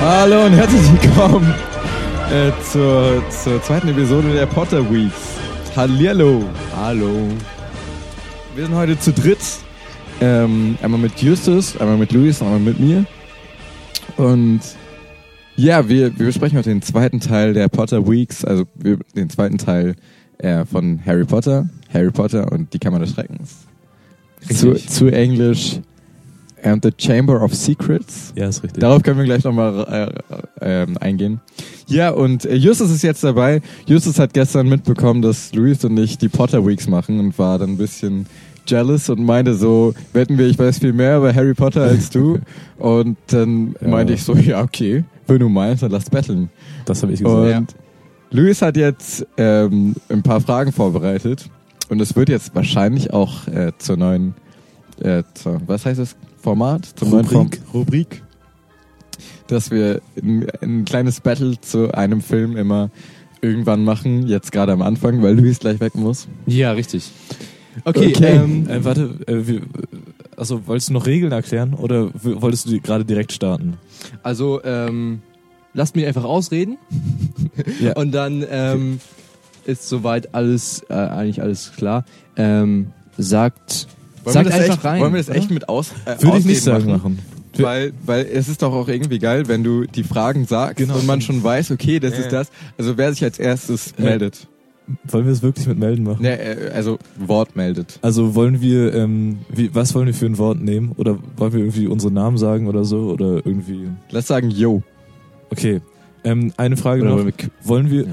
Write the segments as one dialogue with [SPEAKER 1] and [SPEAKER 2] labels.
[SPEAKER 1] Hallo und herzlich willkommen äh, zur, zur zweiten Episode der Potter Weeks. Hallihallo. Hallo. Wir sind heute zu dritt. Ähm, einmal mit Justus, einmal mit Luis, einmal mit mir. Und ja, wir, wir besprechen heute den zweiten Teil der Potter Weeks, also wir, den zweiten Teil äh, von Harry Potter, Harry Potter und die Kammer des Schreckens. Zu,
[SPEAKER 2] Richtig.
[SPEAKER 1] zu Englisch and the Chamber of Secrets.
[SPEAKER 2] Ja, ist richtig.
[SPEAKER 1] Darauf können wir gleich nochmal äh, ähm, eingehen. Ja, und äh, Justus ist jetzt dabei. Justus hat gestern mitbekommen, dass Luis und ich die Potter Weeks machen und war dann ein bisschen jealous und meinte so, wetten wir, ich weiß viel mehr über Harry Potter als du. und dann
[SPEAKER 2] Ja.
[SPEAKER 1] meinte ich so, ja, okay, wenn du meinst, dann lass betteln.
[SPEAKER 2] das habe ich
[SPEAKER 1] Und
[SPEAKER 2] gesehen.
[SPEAKER 1] Luis hat jetzt ähm, ein paar Fragen vorbereitet und es wird jetzt wahrscheinlich auch äh, zur neuen, äh, zur, was heißt das Format? Zur neuen
[SPEAKER 2] Rubrik.
[SPEAKER 1] Form Rubrik, dass wir ein, ein kleines Battle zu einem Film immer irgendwann machen. Jetzt gerade am Anfang, weil Luis gleich weg muss.
[SPEAKER 2] Ja, richtig. Okay,
[SPEAKER 1] Okay.
[SPEAKER 2] Ähm, äh, warte, äh, wir, also wolltest du noch Regeln erklären oder w- wolltest du die gerade direkt starten?
[SPEAKER 3] Also, ähm, lasst mich einfach ausreden.
[SPEAKER 2] Ja.
[SPEAKER 3] Und dann ähm, ist soweit alles, äh, eigentlich alles klar. Ähm, sagt, sagt
[SPEAKER 1] wir das
[SPEAKER 3] einfach
[SPEAKER 1] echt,
[SPEAKER 3] rein.
[SPEAKER 1] Wollen wir das
[SPEAKER 3] oder?
[SPEAKER 1] echt mit aus, äh,
[SPEAKER 2] Würde ich
[SPEAKER 1] Ausreden
[SPEAKER 2] nicht sagen machen.
[SPEAKER 1] Weil, weil es ist doch auch irgendwie geil, wenn du die Fragen sagst
[SPEAKER 2] Genau.
[SPEAKER 1] und man schon weiß, okay, das
[SPEAKER 2] Ja,
[SPEAKER 1] ist
[SPEAKER 2] ja.
[SPEAKER 1] das. Also wer sich als erstes
[SPEAKER 2] Ja.
[SPEAKER 1] meldet.
[SPEAKER 2] Wollen wir es wirklich mit melden machen?
[SPEAKER 1] Ne, äh, also Wort meldet.
[SPEAKER 2] Also wollen wir, ähm, wie, was wollen wir für ein Wort nehmen? Oder wollen wir irgendwie unsere Namen sagen oder so? Oder irgendwie.
[SPEAKER 1] Lass sagen yo.
[SPEAKER 2] Okay. Ähm, eine Frage
[SPEAKER 3] Oder
[SPEAKER 2] noch. wollen
[SPEAKER 3] wollen wir
[SPEAKER 2] wir.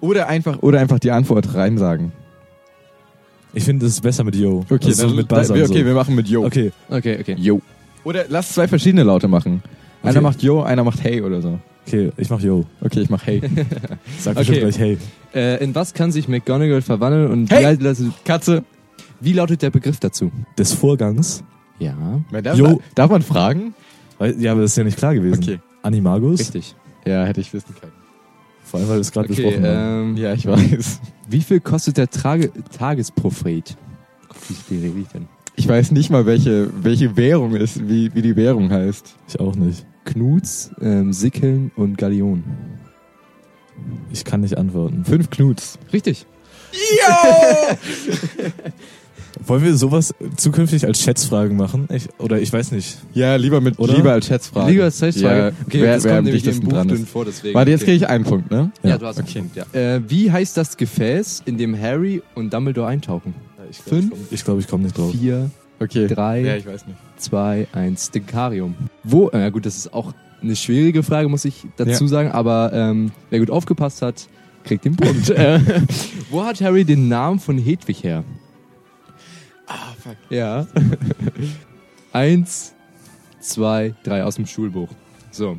[SPEAKER 1] Oder einfach, oder einfach die Antwort rein sagen.
[SPEAKER 2] Ich finde es ist besser mit Yo.
[SPEAKER 1] Okay,
[SPEAKER 2] also
[SPEAKER 1] dann,
[SPEAKER 2] mit
[SPEAKER 1] da,
[SPEAKER 2] Buzzern
[SPEAKER 1] wir, okay
[SPEAKER 2] so.
[SPEAKER 1] wir machen mit yo.
[SPEAKER 2] okay.
[SPEAKER 3] Okay, okay.
[SPEAKER 1] Yo. Oder lass zwei verschiedene Laute machen. Einer
[SPEAKER 2] Okay.
[SPEAKER 1] macht yo, einer macht hey oder so.
[SPEAKER 2] okay, ich mach Yo.
[SPEAKER 1] Okay, ich mach hey.
[SPEAKER 2] Sag bestimmt
[SPEAKER 3] Okay.
[SPEAKER 2] gleich Hey.
[SPEAKER 3] Äh, in was kann sich McGonagall verwandeln und
[SPEAKER 1] Hey!
[SPEAKER 3] wie, laut- laut-
[SPEAKER 1] Katze.
[SPEAKER 3] wie lautet der Begriff dazu?
[SPEAKER 2] Des Vorgangs.
[SPEAKER 3] Ja,
[SPEAKER 1] Darf,
[SPEAKER 2] Yo.
[SPEAKER 1] darf man fragen?
[SPEAKER 2] Weil- Ja, aber das ist ja nicht klar gewesen.
[SPEAKER 1] Okay.
[SPEAKER 2] Animagus?
[SPEAKER 3] richtig.
[SPEAKER 1] Ja, hätte ich wissen können.
[SPEAKER 2] Vor allem, weil wir es gerade
[SPEAKER 3] Okay,
[SPEAKER 2] besprochen haben.
[SPEAKER 3] ähm,
[SPEAKER 1] Ja, ich weiß.
[SPEAKER 3] wie viel kostet der Trage Tagesprophet? Wie viel rede ich denn?
[SPEAKER 1] Ich weiß nicht mal, welche, welche Währung ist, wie, wie die Währung heißt.
[SPEAKER 2] Ich auch nicht.
[SPEAKER 3] Knuts, ähm, Sickeln und Gallion.
[SPEAKER 2] Ich kann nicht antworten.
[SPEAKER 1] Fünf Knuts.
[SPEAKER 3] Richtig.
[SPEAKER 2] Wollen wir sowas zukünftig als Schätzfragen machen? Ich, oder ich weiß nicht.
[SPEAKER 1] Ja, lieber mit
[SPEAKER 2] Oder?
[SPEAKER 1] lieber als Schätzfrage.
[SPEAKER 3] Lieber als Selbstfrage.
[SPEAKER 1] Ja,
[SPEAKER 3] okay,
[SPEAKER 1] wer,
[SPEAKER 3] das
[SPEAKER 1] wer am
[SPEAKER 3] kommt nämlich im
[SPEAKER 1] dichtesten
[SPEAKER 3] Buch
[SPEAKER 1] dran
[SPEAKER 3] drin
[SPEAKER 1] ist.
[SPEAKER 3] vor, deswegen.
[SPEAKER 1] Warte, jetzt
[SPEAKER 3] okay.
[SPEAKER 1] kriege ich einen Punkt, ne?
[SPEAKER 3] Ja,
[SPEAKER 2] Ja,
[SPEAKER 3] du hast einen Punkt, ja. Äh, wie heißt das Gefäß, in dem Harry und Dumbledore eintauchen?
[SPEAKER 2] Ich
[SPEAKER 3] glaub, ich
[SPEAKER 2] Ich glaube, ich komme nicht drauf.
[SPEAKER 3] Vier,
[SPEAKER 1] Okay. Ja,
[SPEAKER 3] drei,
[SPEAKER 1] ich weiß nicht.
[SPEAKER 3] zwei, eins, Denkarium. Wo, na gut, das ist auch eine schwierige Frage, muss ich dazu sagen, aber ähm, wer gut aufgepasst hat, kriegt den Punkt. äh, wo hat Harry den Namen von Hedwig her?
[SPEAKER 1] Ah, fuck.
[SPEAKER 3] Ja. Eins, zwei, drei aus dem Schulbuch. So.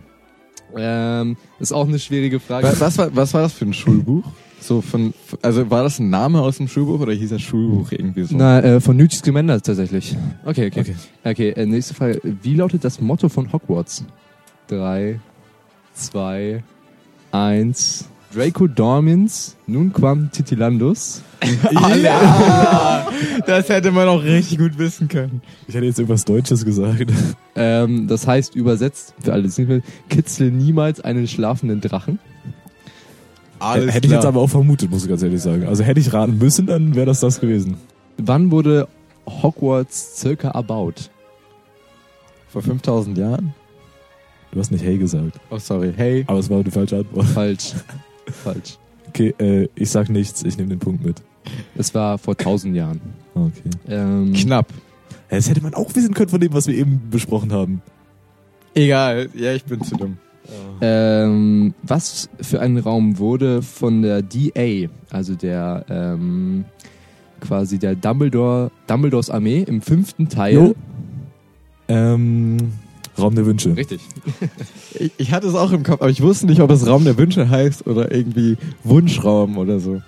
[SPEAKER 3] Ähm, ist auch eine schwierige Frage.
[SPEAKER 1] Was, was, war, was war das für ein Schulbuch? So von, also war das ein Name aus dem Schulbuch oder hieß das Schulbuch irgendwie so?
[SPEAKER 3] Na, äh, von Newt Scamander tatsächlich. Okay, okay.
[SPEAKER 2] Okay.
[SPEAKER 3] Okay, äh, nächste Frage. Wie lautet das Motto von Hogwarts? Drei, zwei, eins. Draco Dormins, nun quam titilandus.
[SPEAKER 1] das hätte man auch richtig gut wissen können.
[SPEAKER 2] Ich hätte jetzt irgendwas Deutsches gesagt.
[SPEAKER 3] Ähm, das heißt übersetzt, für alle die es nicht mehr, kitzle niemals einen schlafenden Drachen.
[SPEAKER 1] Alles
[SPEAKER 2] hätte ich jetzt aber auch vermutet, muss ich ganz ehrlich sagen. Also hätte ich raten müssen, dann wäre das das gewesen.
[SPEAKER 3] Wann wurde Hogwarts circa erbaut?
[SPEAKER 1] Vor 5000 Jahren?
[SPEAKER 2] Du hast nicht Hey gesagt.
[SPEAKER 1] Oh, sorry. Hey.
[SPEAKER 2] Aber es war die falsche Antwort.
[SPEAKER 3] Falsch. Falsch.
[SPEAKER 2] Okay, äh, ich sag nichts. Ich nehme den Punkt mit.
[SPEAKER 3] Es war vor tausend Jahren.
[SPEAKER 2] Okay. Hm. Äh,
[SPEAKER 3] Ähm,
[SPEAKER 1] Knapp.
[SPEAKER 2] Das hätte man auch wissen können von dem, was wir eben besprochen haben.
[SPEAKER 1] Egal. Ja, ich bin zu dumm.
[SPEAKER 3] Ähm, was für ein Raum wurde von der DA, also der ähm, quasi der Dumbledore, Dumbledores Armee im fünften Teil.
[SPEAKER 2] Jo. Ähm, Raum der Wünsche.
[SPEAKER 3] Richtig.
[SPEAKER 1] Ich, ich hatte es auch im Kopf, aber ich wusste nicht, ob es Raum der Wünsche heißt oder irgendwie Wunschraum oder so.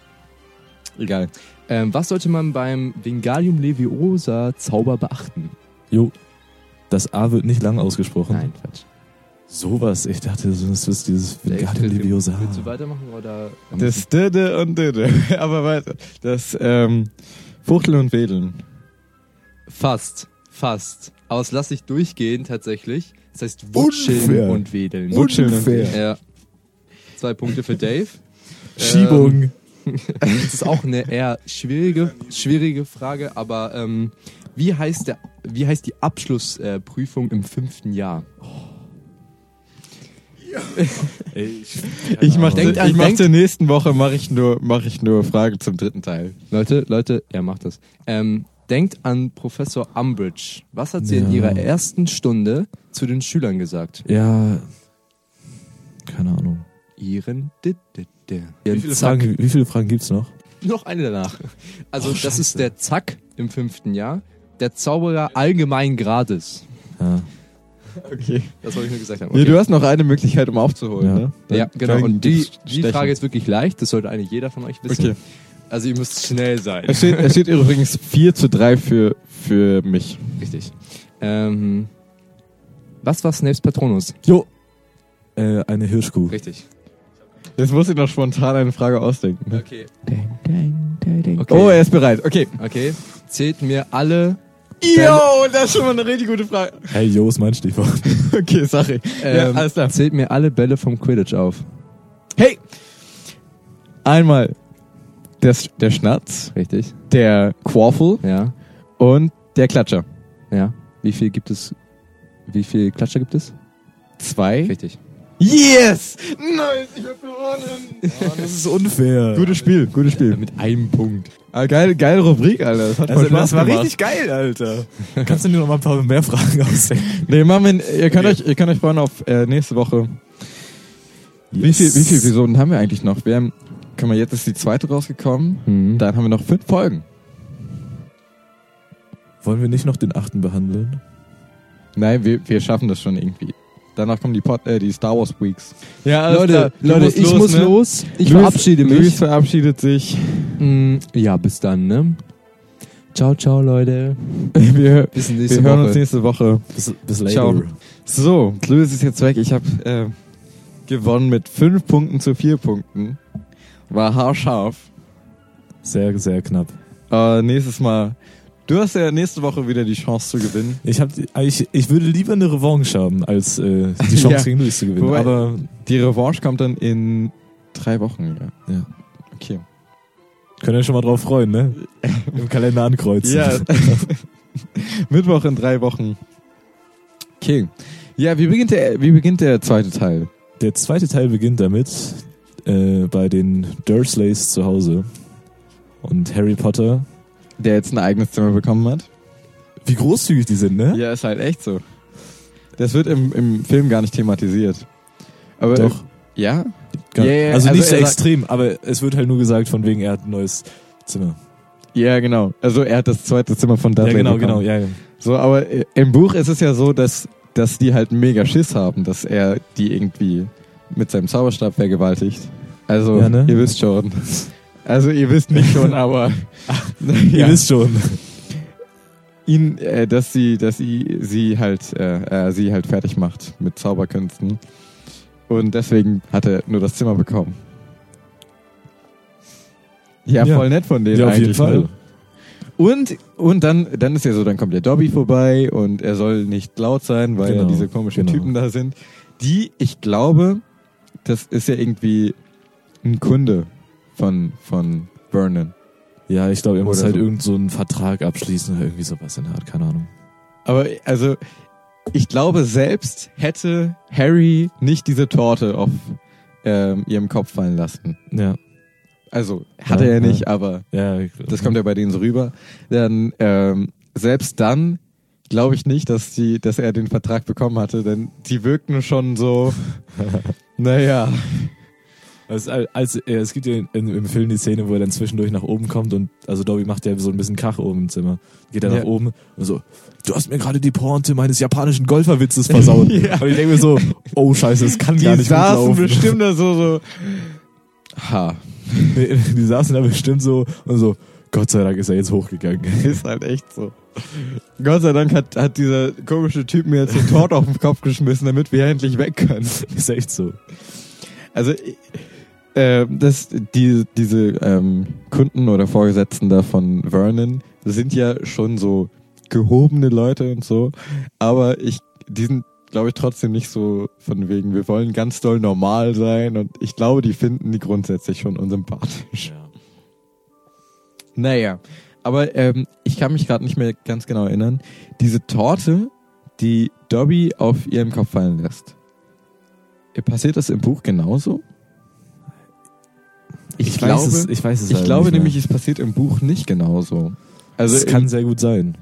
[SPEAKER 1] Egal.
[SPEAKER 3] Ähm, was sollte man beim Vingalium Leviosa Zauber beachten?
[SPEAKER 2] Jo. Das A wird nicht lang ausgesprochen.
[SPEAKER 3] Nein, falsch.
[SPEAKER 2] Sowas, ich dachte, das ist dieses Vingade Leviosa.
[SPEAKER 3] Willst du weitermachen oder?
[SPEAKER 1] Das Döde und Döde. Aber weiter. Das, ähm, Fuchteln und Wedeln.
[SPEAKER 3] Fast, fast. Aber es lasse ich durchgehen tatsächlich. Das heißt Wutscheln
[SPEAKER 2] Unfair.
[SPEAKER 3] und Wedeln.
[SPEAKER 1] Wutscheln und Wedeln.
[SPEAKER 3] Ja. Zwei Punkte für Dave.
[SPEAKER 2] Schiebung.
[SPEAKER 3] Ähm, das ist auch eine eher schwierige, schwierige Frage, aber ähm, wie, heißt der, wie heißt die Abschlussprüfung äh, im fünften Jahr?
[SPEAKER 1] Ich mache
[SPEAKER 3] Denkt an-
[SPEAKER 1] ich mach's
[SPEAKER 3] denkt-
[SPEAKER 1] der nächsten Woche mache ich nur mache ich nur Fragen zum dritten Teil.
[SPEAKER 3] Leute, Leute, er macht das. Ähm, denkt an Professor Umbridge. Was hat sie in
[SPEAKER 2] Ja.
[SPEAKER 3] ihrer ersten Stunde zu den Schülern
[SPEAKER 2] Ähm.
[SPEAKER 3] gesagt?
[SPEAKER 2] Ja. Keine Ahnung.
[SPEAKER 3] Ihren Dit Dit Dit.
[SPEAKER 2] Wie
[SPEAKER 3] Ihren
[SPEAKER 2] viele,
[SPEAKER 3] Zack.
[SPEAKER 2] Fragen, wie viele Fragen gibt's noch?
[SPEAKER 3] Noch eine danach. Also
[SPEAKER 2] Oh,
[SPEAKER 3] das
[SPEAKER 2] Scheiße.
[SPEAKER 3] ist der Zack im fünften Jahr. Der Zauberer allgemein gratis.
[SPEAKER 2] Ja.
[SPEAKER 1] Okay.
[SPEAKER 3] Das wollte ich nur gesagt haben.
[SPEAKER 1] Nee, du hast noch eine Möglichkeit, um aufzuholen,
[SPEAKER 2] Ja.
[SPEAKER 1] ne? Dann
[SPEAKER 3] ja, genau.
[SPEAKER 1] kann ich
[SPEAKER 3] Und die,
[SPEAKER 1] dich
[SPEAKER 3] die
[SPEAKER 1] stechen.
[SPEAKER 3] Frage ist wirklich leicht. Das sollte eigentlich jeder von euch wissen.
[SPEAKER 1] Okay.
[SPEAKER 3] Also ihr müsst schnell sein.
[SPEAKER 1] Es steht, es steht übrigens 4 zu 3 für, für mich.
[SPEAKER 3] Richtig. Ähm, was war Snapes Patronus?
[SPEAKER 2] Jo. Äh, eine Hirschkuh.
[SPEAKER 3] Richtig.
[SPEAKER 1] Jetzt muss ich noch spontan eine Frage ausdenken. ne?
[SPEAKER 3] Okay.
[SPEAKER 1] Okay. Oh, er ist bereit. Okay.
[SPEAKER 3] Okay. Zählt mir alle
[SPEAKER 1] Yo, das ist schon mal eine richtig gute Frage.
[SPEAKER 2] Hey, Jo ist mein Stichwort.
[SPEAKER 1] Okay, sorry.
[SPEAKER 3] Ähm,
[SPEAKER 1] ja, alles klar.
[SPEAKER 3] Zählt mir alle Bälle vom Quidditch auf.
[SPEAKER 1] Hey! Einmal der, Sch- der Schnatz,
[SPEAKER 3] Richtig.
[SPEAKER 1] der Quaffle
[SPEAKER 3] Ja.
[SPEAKER 1] und der Klatscher.
[SPEAKER 3] Ja. Wie viel gibt es? Wie viel Klatscher gibt es?
[SPEAKER 1] Zwei.
[SPEAKER 3] Richtig.
[SPEAKER 1] Yes! Nice, ich hab gewonnen!
[SPEAKER 2] Das ist unfair.
[SPEAKER 1] Gutes Spiel, gutes Spiel.
[SPEAKER 3] Mit einem Punkt.
[SPEAKER 1] Ah, geile, geile Rubrik, Alter. Das hat voll
[SPEAKER 2] Also,
[SPEAKER 1] Spaß
[SPEAKER 2] das war
[SPEAKER 1] gemacht.
[SPEAKER 2] richtig geil, Alter. Kannst du dir noch mal ein paar mehr Fragen ausdenken?
[SPEAKER 1] Nee, Marvin, ihr könnt, euch, ihr könnt euch freuen auf äh, nächste Woche. Wie, viel, wie viele Episoden haben wir eigentlich noch? Wir haben, guck mal, jetzt ist die zweite rausgekommen.
[SPEAKER 3] Mhm.
[SPEAKER 1] Dann haben wir noch fünf Folgen.
[SPEAKER 2] Wollen wir nicht noch den achten behandeln?
[SPEAKER 1] Nein, wir, wir schaffen das schon irgendwie. Danach kommen die, Pod, äh, die Star Wars Weeks. Ja,
[SPEAKER 3] Leute, Leute, ich muss
[SPEAKER 1] ne?
[SPEAKER 3] los. Ich
[SPEAKER 1] Luis-
[SPEAKER 3] verabschiede
[SPEAKER 1] Luis
[SPEAKER 3] mich.
[SPEAKER 1] verabschiedet sich.
[SPEAKER 3] Mm, Ja, bis dann, ne? Ciao, ciao, Leute.
[SPEAKER 1] Wir,
[SPEAKER 3] Bis
[SPEAKER 1] wir
[SPEAKER 3] nächste
[SPEAKER 1] hören
[SPEAKER 3] Woche.
[SPEAKER 1] uns nächste Woche.
[SPEAKER 2] Bis, bis
[SPEAKER 1] Ciao. So, Louis ist jetzt weg. Ich habe äh, gewonnen mit fünf Punkten zu vier Punkten. War haarscharf.
[SPEAKER 2] Sehr, sehr knapp.
[SPEAKER 1] Äh, nächstes Mal. Du hast ja nächste Woche wieder die Chance zu gewinnen.
[SPEAKER 2] Ich, hab, ich, ich würde lieber eine Revanche haben, als äh, die Chance
[SPEAKER 1] Ja.
[SPEAKER 2] gegen Luis zu gewinnen.
[SPEAKER 1] Wobei-
[SPEAKER 2] Aber
[SPEAKER 1] Die Revanche kommt dann in drei Wochen wieder.
[SPEAKER 2] Ja.
[SPEAKER 1] Okay.
[SPEAKER 2] können wir schon mal drauf freuen, ne? Im Kalender ankreuzen.
[SPEAKER 1] Mittwoch in drei Wochen. Okay. Ja, wie beginnt der, wie beginnt der zweite Teil?
[SPEAKER 2] Der zweite Teil beginnt damit äh, bei den Dursleys zu Hause. Und Harry Potter.
[SPEAKER 1] Der jetzt ein eigenes Zimmer bekommen hat?
[SPEAKER 2] Wie großzügig die sind, ne?
[SPEAKER 1] Ja, ist halt echt so. Das wird im, im Film gar nicht thematisiert. Aber
[SPEAKER 2] Doch.
[SPEAKER 1] Ja?
[SPEAKER 2] Gar-
[SPEAKER 1] Ja, ja,
[SPEAKER 2] also
[SPEAKER 1] also
[SPEAKER 2] nicht so
[SPEAKER 1] er sagt-
[SPEAKER 2] extrem, aber es wird halt nur gesagt, von wegen er hat ein neues Zimmer.
[SPEAKER 1] Ja, genau. Also er hat das zweite Zimmer von Dudley
[SPEAKER 2] ja, genau,
[SPEAKER 1] bekommen.
[SPEAKER 2] genau. Ja, ja.
[SPEAKER 1] So, aber äh, im Buch ist es ja so, dass, dass die halt mega Schiss haben, dass er die irgendwie mit seinem Zauberstab vergewaltigt. Also,
[SPEAKER 2] Ja, ne?
[SPEAKER 1] ihr wisst schon. Also, ihr wisst nicht schon, aber
[SPEAKER 2] Ihr wisst schon.
[SPEAKER 1] ihn, äh, dass sie, dass sie, sie halt, äh, äh, sie halt fertig macht mit Zauberkünsten. Und deswegen hat er nur das Zimmer bekommen. Ja,
[SPEAKER 2] Ja.
[SPEAKER 1] voll nett von denen
[SPEAKER 2] Ja, auf jeden
[SPEAKER 1] eigentlich.
[SPEAKER 2] Fall.
[SPEAKER 1] ne? Und, und dann, dann ist ja so, dann kommt der Dobby vorbei und er soll nicht laut sein, weil ja
[SPEAKER 2] Genau,
[SPEAKER 1] diese komischen
[SPEAKER 2] genau.
[SPEAKER 1] Typen da sind. Die, ich glaube, das ist ja irgendwie ein Kunde von, von Vernon.
[SPEAKER 2] Ja, ich glaube, er muss
[SPEAKER 1] Oder
[SPEAKER 2] halt
[SPEAKER 1] so.
[SPEAKER 2] irgend so einen Vertrag abschließen oder irgendwie sowas in der Art, keine Ahnung.
[SPEAKER 1] Aber also, ich glaube, selbst hätte Harry nicht diese Torte auf ähm, ihrem Kopf fallen lassen.
[SPEAKER 2] Ja,
[SPEAKER 1] Also, hatte
[SPEAKER 2] Ja,
[SPEAKER 1] er
[SPEAKER 2] ja.
[SPEAKER 1] nicht, aber
[SPEAKER 2] ja.
[SPEAKER 1] das kommt ja bei denen so rüber. Dann, ähm, selbst dann glaube ich nicht, dass, die, dass er den Vertrag bekommen hatte, denn die wirkten schon so, naja,
[SPEAKER 2] Also, als, äh, es gibt ja in, im Film die Szene, wo er dann zwischendurch nach oben kommt und also Dobby macht ja so ein bisschen Kach oben im Zimmer. Geht er
[SPEAKER 1] Ja.
[SPEAKER 2] nach oben und so, du hast mir gerade die Pointe meines japanischen Golferwitzes versaut.
[SPEAKER 1] Ja.
[SPEAKER 2] Und ich denke mir so, oh scheiße, es kann gar
[SPEAKER 1] die
[SPEAKER 2] nicht gut
[SPEAKER 1] saßen
[SPEAKER 2] laufen.
[SPEAKER 1] bestimmt da so, so, ha,
[SPEAKER 2] Nee, die saßen da bestimmt so und so, Gott sei Dank ist er jetzt hochgegangen.
[SPEAKER 1] ist halt echt so. Gott sei Dank hat, hat dieser komische Typ mir jetzt eine Torte auf den Kopf geschmissen, damit wir endlich weg können.
[SPEAKER 2] ist echt so.
[SPEAKER 1] Also äh, das, die, diese ähm, Kunden oder Vorgesetzten da von Vernon sind ja schon so gehobene Leute und so, aber ich, die sind glaube ich, trotzdem nicht so von wegen, wir wollen ganz doll normal sein und ich glaube, die finden die grundsätzlich schon unsympathisch.
[SPEAKER 2] Ja.
[SPEAKER 1] Naja, aber ähm, ich kann mich gerade nicht mehr ganz genau erinnern. Diese Torte, die Dobby auf ihren Kopf fallen lässt. Äh, Passiert das im Buch genauso? Ich, glaube,
[SPEAKER 2] weiß es, ich weiß es
[SPEAKER 1] ich
[SPEAKER 2] halt
[SPEAKER 1] glaube
[SPEAKER 2] nicht mehr.
[SPEAKER 1] nämlich, es passiert im Buch nicht genauso. Also
[SPEAKER 2] es
[SPEAKER 1] im-
[SPEAKER 2] kann sehr gut sein.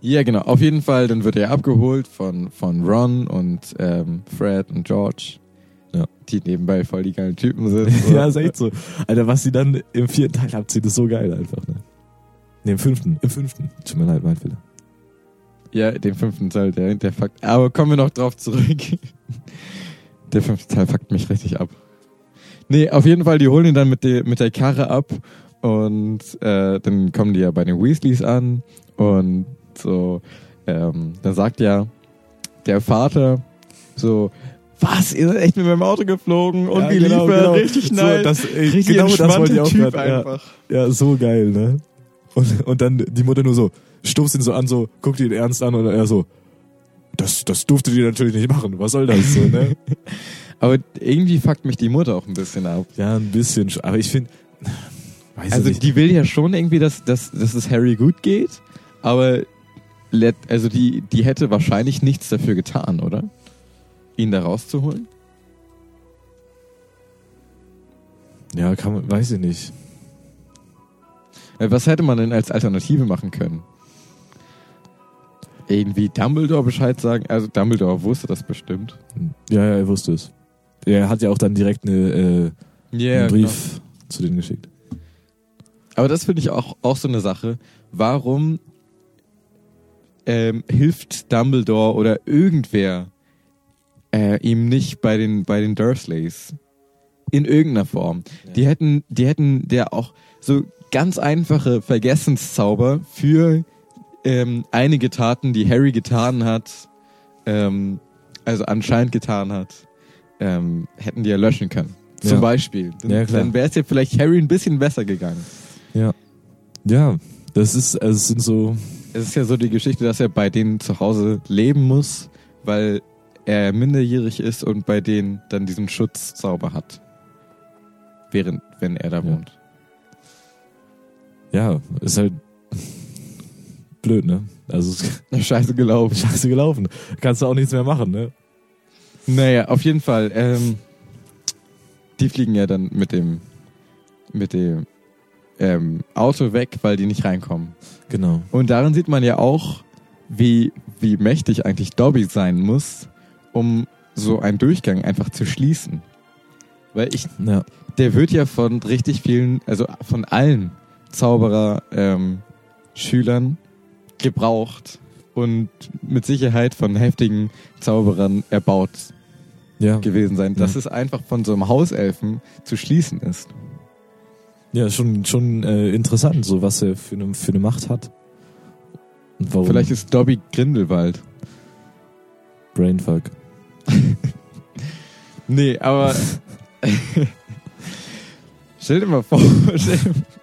[SPEAKER 1] Ja, genau. Auf jeden Fall, dann wird er abgeholt von, von Ron und ähm, Fred und George,
[SPEAKER 2] Ja.
[SPEAKER 1] die nebenbei voll die geilen Typen sind.
[SPEAKER 2] ja, ist echt so. Alter, was sie dann im vierten Teil abziehen, ist so geil einfach, ne? Ne, im fünften. Im fünften. Tut mir leid, mein Fehler.
[SPEAKER 1] Ja, den fünften Teil, der, der fuckt. Aber kommen wir noch drauf zurück. Der fünfte Teil fuckt mich richtig ab. Nee, auf jeden Fall, die holen ihn dann mit, der mit der Karre ab und äh, dann kommen die ja bei den Weasleys an und so, ähm, dann sagt ja der Vater so, was, ihr seid echt mit meinem Auto geflogen und
[SPEAKER 2] Ja,
[SPEAKER 1] wie
[SPEAKER 2] genau,
[SPEAKER 1] lief er?
[SPEAKER 2] genau.
[SPEAKER 1] richtig
[SPEAKER 2] So,
[SPEAKER 1] nice.
[SPEAKER 2] das, äh,
[SPEAKER 1] richtig
[SPEAKER 2] genau das
[SPEAKER 1] entspannter
[SPEAKER 2] wollte ich auch
[SPEAKER 1] Typ
[SPEAKER 2] grad, ja.
[SPEAKER 1] einfach.
[SPEAKER 2] Ja, so geil, ne? Und, und dann die Mutter nur so, stupst ihn so an, so, guckt ihn ernst an und er so, das, das durftet ihr natürlich nicht machen, was soll das so, ne?
[SPEAKER 1] Aber irgendwie fuckt mich die Mutter auch ein bisschen ab.
[SPEAKER 2] ja, ein bisschen, sch- aber ich finde, weiß
[SPEAKER 1] Also
[SPEAKER 2] ich nicht.
[SPEAKER 1] die will ja schon irgendwie, dass, dass, dass es Harry gut geht, aber let, also die, die hätte wahrscheinlich nichts dafür getan, oder? Ihn da rauszuholen?
[SPEAKER 2] Ja, kann man, weiß ich nicht.
[SPEAKER 1] Äh, Was hätte man denn als Alternative machen können? Irgendwie Dumbledore Bescheid sagen? Also Dumbledore wusste das bestimmt.
[SPEAKER 2] Ja, ja, er wusste es. Er hat ja auch dann direkt eine, äh, einen Brief zu denen geschickt.
[SPEAKER 1] Aber das finde ich auch, auch so eine Sache. Warum ähm, hilft Dumbledore oder irgendwer äh, ihm nicht bei den, bei den Dursleys? In irgendeiner Form. Die hätten, die hätten der auch so ganz einfache Vergessenszauber für ähm, einige Taten, die Harry getan hat, ähm, also anscheinend getan hat, ähm, hätten die ja löschen können. Zum
[SPEAKER 2] Ja.
[SPEAKER 1] Beispiel. Dann,
[SPEAKER 2] Ja, klar.
[SPEAKER 1] dann wäre es ja vielleicht Harry ein bisschen besser gegangen.
[SPEAKER 2] Ja, das ist, also es sind so,
[SPEAKER 1] Es ist ja so die Geschichte, dass er bei denen zu Hause leben muss, weil er minderjährig ist und bei denen dann diesen Schutzzauber hat. Während, wenn er da
[SPEAKER 2] Ja.
[SPEAKER 1] wohnt.
[SPEAKER 2] ja, ist halt blöd, ne? Also es ist
[SPEAKER 1] Scheiße gelaufen.
[SPEAKER 2] scheiße gelaufen. Kannst du auch nichts mehr machen, ne?
[SPEAKER 1] Naja, auf jeden Fall. Ähm, die fliegen ja dann mit dem, mit dem ähm, Auto weg, weil die nicht reinkommen.
[SPEAKER 2] Genau.
[SPEAKER 1] Und darin sieht man ja auch, wie, wie mächtig eigentlich Dobby sein muss, um so einen Durchgang einfach zu schließen. Weil ich
[SPEAKER 2] Ja.
[SPEAKER 1] der wird ja von richtig vielen, also von allen Zauberer-Schülern gebraucht und mit Sicherheit von heftigen Zauberern erbaut
[SPEAKER 2] Ja.
[SPEAKER 1] gewesen sein, dass
[SPEAKER 2] Mhm.
[SPEAKER 1] es einfach von so einem Hauselfen zu schließen ist.
[SPEAKER 2] Ja, schon, schon äh, interessant, so was er für eine für eine Macht hat. Und warum
[SPEAKER 1] Vielleicht ist Dobby Grindelwald.
[SPEAKER 2] Brainfuck.
[SPEAKER 1] Nee, aber stell dir mal vor,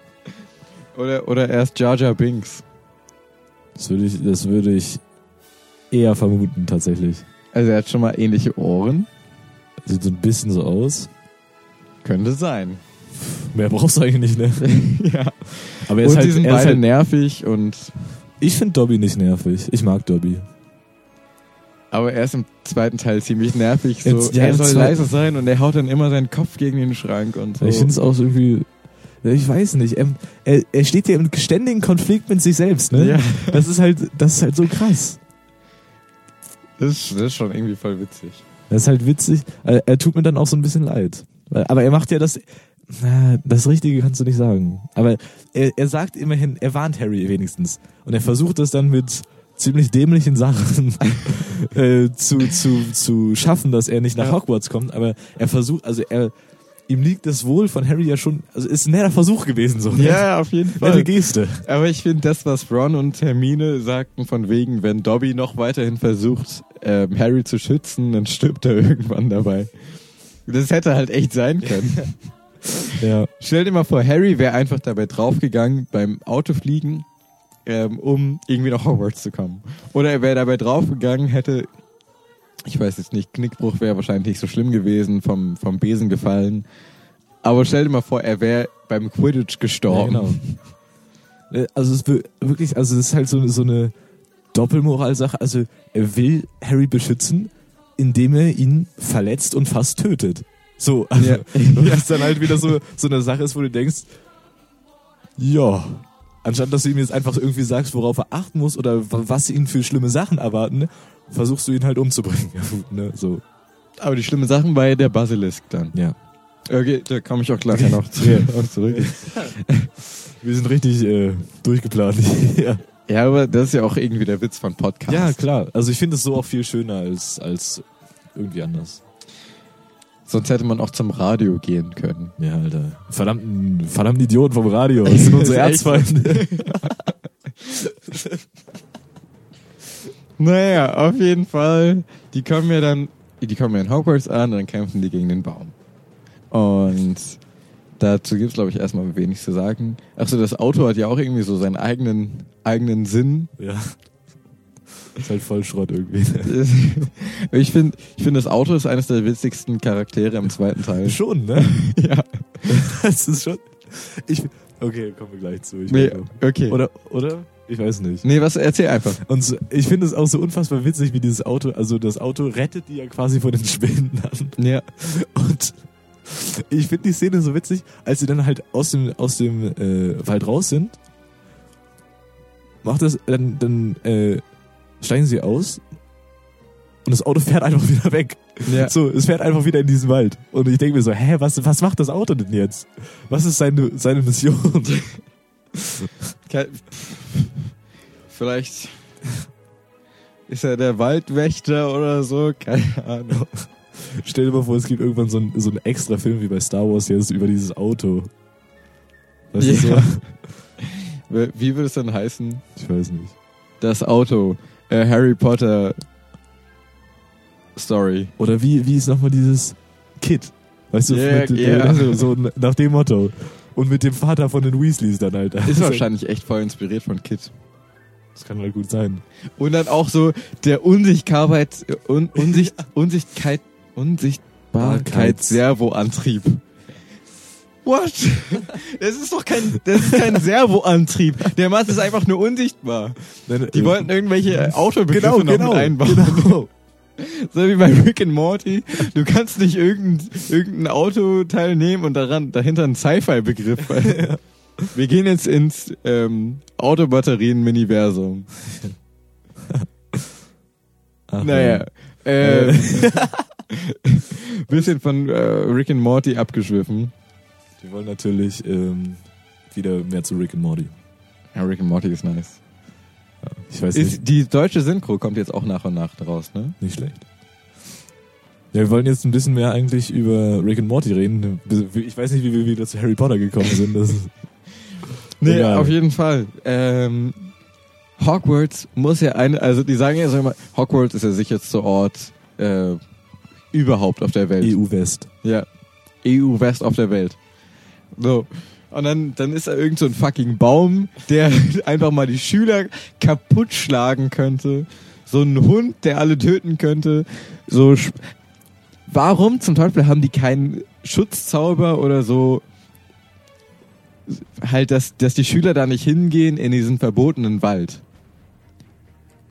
[SPEAKER 1] oder, oder er ist Jar Jar Binks.
[SPEAKER 2] Das würde ich, das würde ich eher vermuten tatsächlich.
[SPEAKER 1] Also er hat schon mal ähnliche Ohren.
[SPEAKER 2] Sieht so ein bisschen so aus.
[SPEAKER 1] Könnte sein.
[SPEAKER 2] Mehr brauchst du eigentlich nicht, ne?
[SPEAKER 1] ja.
[SPEAKER 2] Aber er
[SPEAKER 1] Und die
[SPEAKER 2] ist halt,
[SPEAKER 1] sind
[SPEAKER 2] er ist
[SPEAKER 1] beide ne-
[SPEAKER 2] halt
[SPEAKER 1] nervig und
[SPEAKER 2] ich finde Dobby nicht nervig. Ich mag Dobby.
[SPEAKER 1] aber er ist im zweiten Teil ziemlich nervig. So.
[SPEAKER 2] Jetzt- ja,
[SPEAKER 1] er
[SPEAKER 2] im
[SPEAKER 1] soll
[SPEAKER 2] zweiten-
[SPEAKER 1] leise sein und er haut dann immer seinen Kopf gegen den Schrank und so.
[SPEAKER 2] Ich finde es auch irgendwie, ich weiß nicht. Er, er, er steht ja im ständigen Konflikt mit sich selbst, ne?
[SPEAKER 1] ja,
[SPEAKER 2] Das ist halt, das ist halt so krass.
[SPEAKER 1] das ist, das ist schon irgendwie voll witzig.
[SPEAKER 2] Das ist halt witzig. Er, er tut mir dann auch so ein bisschen leid. Weil- Aber er macht ja das. na, Das Richtige kannst du nicht sagen. Aber er, er sagt immerhin, er warnt Harry wenigstens. Und er versucht das dann mit ziemlich dämlichen Sachen äh, zu, zu, zu schaffen, dass er nicht nach
[SPEAKER 1] Ja.
[SPEAKER 2] Hogwarts kommt. Aber er versucht, also er, ihm liegt das Wohl von Harry ja schon, also ist ein netter Versuch gewesen so. ne?
[SPEAKER 1] auf jeden
[SPEAKER 2] Nette Geste.
[SPEAKER 1] Aber ich finde das, was Ron und Hermine sagten, von wegen, wenn Dobby noch weiterhin versucht, ähm, Harry zu schützen, dann stirbt er irgendwann dabei. Das hätte halt echt sein können.
[SPEAKER 2] Ja.
[SPEAKER 1] Stell dir mal vor, Harry wäre einfach dabei draufgegangen beim Autofliegen. ähm, um irgendwie nach Hogwarts zu kommen. Oder er wäre dabei draufgegangen, hätte, ich weiß jetzt nicht, Knickbruch wäre wahrscheinlich nicht so schlimm gewesen, vom, vom Besen gefallen. Aber stell dir mal vor, er wäre beim Quidditch gestorben.
[SPEAKER 2] Ja, genau. Äh, Also es ist wir- wirklich, also es ist halt so, so eine Doppelmoral-Sache. Also er will Harry beschützen, indem er ihn verletzt und fast tötet. So, also,
[SPEAKER 1] Ja.
[SPEAKER 2] was dann halt wieder so, so eine Sache ist, wo du denkst, ja, anstatt dass du ihm jetzt einfach irgendwie sagst, worauf er achten muss oder wa- was ihn für schlimme Sachen erwarten, versuchst du ihn halt umzubringen. Ja, gut, ne? So,
[SPEAKER 1] Aber die schlimmen Sachen war ja der Basilisk dann.
[SPEAKER 2] ja.
[SPEAKER 1] Okay, da komme ich auch gleich noch zu.
[SPEAKER 2] Ja, und zurück. Wir sind richtig äh, durchgeplant. ja.
[SPEAKER 1] Ja, aber das ist ja auch irgendwie der Witz von Podcasts.
[SPEAKER 2] Ja, klar. Also ich finde es so auch viel schöner als, als irgendwie anders.
[SPEAKER 1] Sonst hätte man auch zum Radio gehen können.
[SPEAKER 2] Ja, Alter. Verdammten, verdammten Idioten vom Radio. Das sind unsere
[SPEAKER 1] Ist echt so.
[SPEAKER 2] Erzfeinde.
[SPEAKER 1] Naja, auf jeden Fall. Die kommen ja dann, die kommen ja in Hogwarts an und dann kämpfen die gegen den Baum. Und dazu gibt's glaube ich, erstmal wenig zu sagen. Achso, das Auto hat ja auch irgendwie so seinen eigenen, eigenen Sinn.
[SPEAKER 2] Ja. Ist halt voll Schrott irgendwie.
[SPEAKER 1] Ich finde, ich find, das Auto ist eines der witzigsten Charaktere im zweiten Teil.
[SPEAKER 2] Schon, ne?
[SPEAKER 1] ja.
[SPEAKER 2] Das ist schon. Ich. Okay, kommen wir gleich zu. Ich
[SPEAKER 1] Nee,
[SPEAKER 2] weiß
[SPEAKER 1] okay.
[SPEAKER 2] noch. Oder, oder? Ich weiß nicht.
[SPEAKER 1] nee, was, erzähl einfach.
[SPEAKER 2] Und so, ich finde es auch so unfassbar witzig, wie dieses Auto, also das Auto rettet die ja quasi von den Schwindern.
[SPEAKER 1] Ja.
[SPEAKER 2] Und ich finde die Szene so witzig, als sie dann halt aus dem, aus dem äh, Wald raus sind, macht das, dann, dann äh, steigen sie aus und das Auto fährt einfach wieder weg.
[SPEAKER 1] ja.
[SPEAKER 2] So, es fährt einfach wieder in diesen Wald. Und ich denke mir so, hä, was, was macht das Auto denn jetzt? Was ist seine, seine Mission?
[SPEAKER 1] Ke- Vielleicht ist er der Waldwächter oder so, keine Ahnung.
[SPEAKER 2] Stell dir mal vor, es gibt irgendwann so einen so einen extra Film wie bei Star Wars jetzt über dieses Auto. Weißt du so?
[SPEAKER 1] Ja. Wie wie würde es dann heißen?
[SPEAKER 2] Ich weiß nicht.
[SPEAKER 1] Das Auto, äh, Harry Potter Story.
[SPEAKER 2] Oder wie, wie ist nochmal dieses Kid? Weißt du,
[SPEAKER 1] Ja,
[SPEAKER 2] mit,
[SPEAKER 1] ja.
[SPEAKER 2] so- so nach dem Motto. Und mit dem Vater von den Weasleys dann, Alter.
[SPEAKER 1] Ist wahrscheinlich echt voll inspiriert von Kid.
[SPEAKER 2] Das kann halt gut sein.
[SPEAKER 1] Und dann auch so der Unsichtbarkeit, un, Unsicht, Unsichtkeit, Unsichtbarkeit
[SPEAKER 2] Barkeits.
[SPEAKER 1] Servoantrieb. What? Das ist doch kein, das ist kein Servoantrieb. Der Mann ist einfach nur unsichtbar.
[SPEAKER 2] Nein,
[SPEAKER 1] Die
[SPEAKER 2] äh,
[SPEAKER 1] wollten irgendwelche Autobegriffe
[SPEAKER 2] genau,
[SPEAKER 1] noch
[SPEAKER 2] genau,
[SPEAKER 1] mit einbauen.
[SPEAKER 2] Genau.
[SPEAKER 1] So wie bei Rick and Morty. Du kannst nicht irgendein, irgendein Autoteil nehmen und daran, dahinter einen Sci-Fi-Begriff. Wir gehen jetzt ins ähm, Autobatterien-Miniversum.
[SPEAKER 2] Ach,
[SPEAKER 1] Naja. Äh,
[SPEAKER 2] Äh.
[SPEAKER 1] bisschen von äh, Rick and Morty abgeschwiffen.
[SPEAKER 2] Wir wollen natürlich ähm, wieder mehr zu Rick and Morty.
[SPEAKER 1] Ja, Rick and Morty ist nice.
[SPEAKER 2] Ich weiß nicht,
[SPEAKER 1] Ist, die deutsche Synchro kommt jetzt auch nach und nach raus, ne?
[SPEAKER 2] nicht schlecht. Ja, wir wollen jetzt ein bisschen mehr eigentlich über Rick and Morty reden. Ich weiß nicht, wie wir wieder zu Harry Potter gekommen sind. Das ist
[SPEAKER 1] Nee,
[SPEAKER 2] Egal.
[SPEAKER 1] auf jeden Fall. Ähm, Hogwarts muss ja eine, also die sagen ja so immer, Hogwarts ist der sicherste Ort äh, überhaupt auf der Welt.
[SPEAKER 2] E EU-West.
[SPEAKER 1] Ja. EU West auf der Welt. So. Und dann, dann ist da irgend so ein fucking Baum, der einfach mal die Schüler kaputt schlagen könnte. So ein Hund, der alle töten könnte. So. sch- Warum zum Teufel haben die keinen Schutzzauber oder so? Halt, dass, dass die Schüler da nicht hingehen in diesen verbotenen Wald.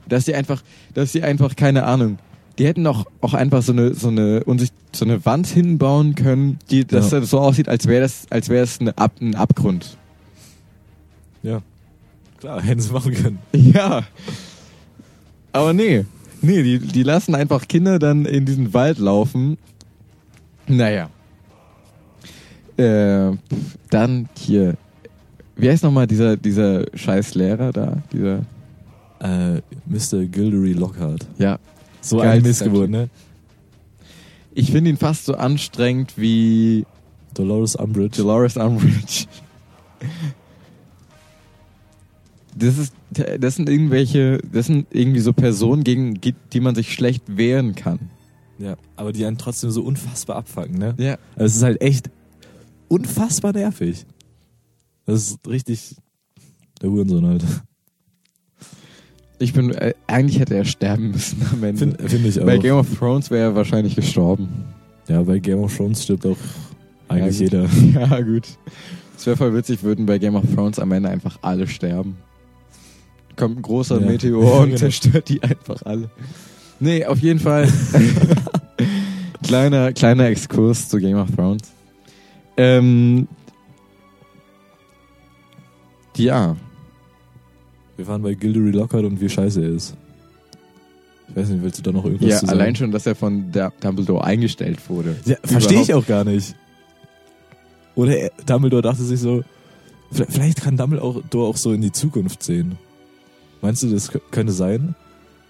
[SPEAKER 1] Dass die einfach, dass die einfach, keine Ahnung, die hätten auch, auch einfach so eine, so eine, unsicht, so eine Wand hinbauen können, die, dass
[SPEAKER 2] Ja.
[SPEAKER 1] das so aussieht, als wäre das, als wäre es eine Ab, ein Abgrund.
[SPEAKER 2] Klar, hätten sie machen können.
[SPEAKER 1] Ja. Aber nee. Nee, die, die lassen einfach Kinder dann in diesen Wald laufen. Naja. Äh, pf, dann hier. Wie heißt nochmal dieser, dieser scheiß Lehrer da? Dieser.
[SPEAKER 2] Äh, Mr. Gildery Lockhart.
[SPEAKER 1] Ja.
[SPEAKER 2] So
[SPEAKER 1] Geil,
[SPEAKER 2] eine
[SPEAKER 1] dieser
[SPEAKER 2] Missgeburt,
[SPEAKER 1] Typ.
[SPEAKER 2] ne?
[SPEAKER 1] Ich finde ihn fast so anstrengend wie
[SPEAKER 2] Dolores Umbridge.
[SPEAKER 1] Dolores Umbridge. Das ist, das sind irgendwelche, das sind irgendwie so Personen, gegen die man sich schlecht wehren kann.
[SPEAKER 2] Ja, aber die einen trotzdem so unfassbar abfacken, ne?
[SPEAKER 1] Ja.
[SPEAKER 2] Also es ist halt echt unfassbar nervig. Das ist richtig der Hurensohn halt.
[SPEAKER 1] Ich bin, äh, eigentlich hätte er sterben müssen am Ende.
[SPEAKER 2] Finde find ich auch.
[SPEAKER 1] Bei Game of Thrones wäre er wahrscheinlich gestorben.
[SPEAKER 2] ja, bei Game of Thrones stirbt auch eigentlich
[SPEAKER 1] Ja,
[SPEAKER 2] jeder.
[SPEAKER 1] gut. Ja, gut. Es wäre voll witzig, würden bei Game of Thrones am Ende einfach alle sterben. Kommt ein großer
[SPEAKER 2] Ja.
[SPEAKER 1] Meteor und
[SPEAKER 2] Genau.
[SPEAKER 1] zerstört die einfach alle. Nee, auf jeden Fall. kleiner, kleiner Exkurs zu Game of Thrones. Ähm, ja,
[SPEAKER 2] Wir waren bei Gildery Lockhart und wie scheiße er ist. Ich weiß nicht, willst du da noch irgendwas
[SPEAKER 1] ja
[SPEAKER 2] zu sagen?
[SPEAKER 1] allein schon, dass er von der Dumbledore eingestellt wurde.
[SPEAKER 2] Ja, verstehe ich auch gar nicht. Oder er, Dumbledore dachte sich so, vielleicht, vielleicht kann Dumbledore auch so in die Zukunft sehen. Meinst du, das kö- könnte sein?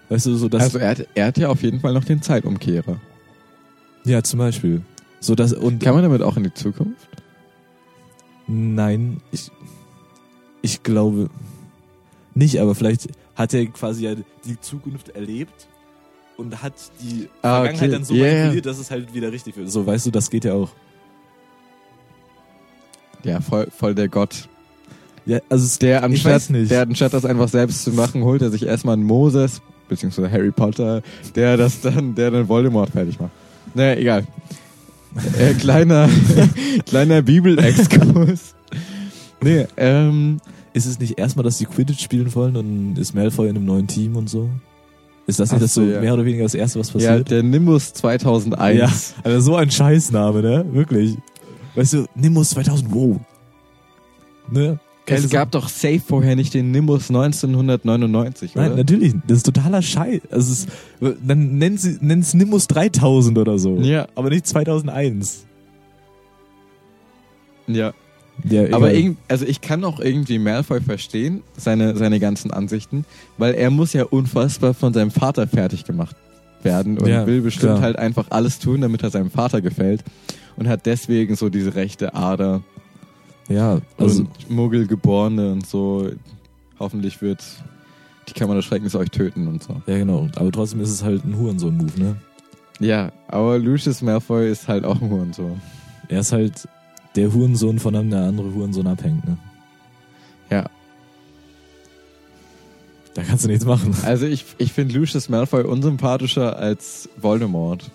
[SPEAKER 2] Weißt du, so dass
[SPEAKER 1] also er hat, er hat ja auf jeden Fall noch den Zeitumkehrer.
[SPEAKER 2] ja zum Beispiel, so dass und
[SPEAKER 1] Kann man damit auch in die Zukunft?
[SPEAKER 2] nein, ich ich glaube nicht, aber vielleicht hat er quasi ja die Zukunft erlebt und hat die
[SPEAKER 1] Ah,
[SPEAKER 2] Vergangenheit
[SPEAKER 1] okay.
[SPEAKER 2] dann so
[SPEAKER 1] Ja, ja.
[SPEAKER 2] manipuliert, dass es halt wieder richtig wird. So, weißt du, das geht ja auch.
[SPEAKER 1] Ja, voll, voll der Gott.
[SPEAKER 2] Ja, also es,
[SPEAKER 1] Der anstatt,
[SPEAKER 2] weiß nicht.
[SPEAKER 1] der anstatt das einfach selbst zu machen, holt er sich erstmal einen Moses, beziehungsweise Harry Potter, der das dann, der dann Voldemort fertig macht. Naja, egal. Äh, kleiner, kleiner Bibelexkurs. Nee, ähm,
[SPEAKER 2] Ist es nicht erstmal, dass die Quidditch spielen wollen und ist Malfoy in einem neuen Team und so? Ist das
[SPEAKER 1] Ach
[SPEAKER 2] nicht das
[SPEAKER 1] so,
[SPEAKER 2] so
[SPEAKER 1] ja.
[SPEAKER 2] mehr oder weniger das Erste, was
[SPEAKER 1] ja,
[SPEAKER 2] passiert?
[SPEAKER 1] der Nimbus 2001.
[SPEAKER 2] Alter, so ein Scheißname, ne? Wirklich. Weißt du, Nimbus 2000, wow. Ne? Keine
[SPEAKER 1] Es gab doch safe vorher nicht den Nimbus 1999,
[SPEAKER 2] Nein,
[SPEAKER 1] oder?
[SPEAKER 2] natürlich. Das ist totaler Scheiß. Also es ist, dann nennen sie nennen's Nimbus 3000 oder so.
[SPEAKER 1] Ja.
[SPEAKER 2] Aber nicht 2001.
[SPEAKER 1] ja.
[SPEAKER 2] Ja, egal.
[SPEAKER 1] Aber irgend, also ich kann auch irgendwie Malfoy verstehen, seine, seine ganzen Ansichten, weil er muss ja unfassbar von seinem Vater fertig gemacht werden und
[SPEAKER 2] Ja,
[SPEAKER 1] will bestimmt
[SPEAKER 2] klar.
[SPEAKER 1] halt einfach alles tun, damit er seinem Vater gefällt und hat deswegen so diese rechte Ader
[SPEAKER 2] ja, also,
[SPEAKER 1] und Muggelgeborene und so. Hoffentlich wird die Kammer des Schreckens euch töten und so.
[SPEAKER 2] ja genau. Aber trotzdem ist es halt ein Hurensohn-Move, ne?
[SPEAKER 1] Ja, aber Lucius Malfoy ist halt auch nur und so.
[SPEAKER 2] Er ist halt der Hurensohn, von dem der andere Hurensohn abhängt, ne?
[SPEAKER 1] Ja.
[SPEAKER 2] Da kannst du nichts machen.
[SPEAKER 1] Also ich, ich finde Lucius Malfoy unsympathischer als Voldemort.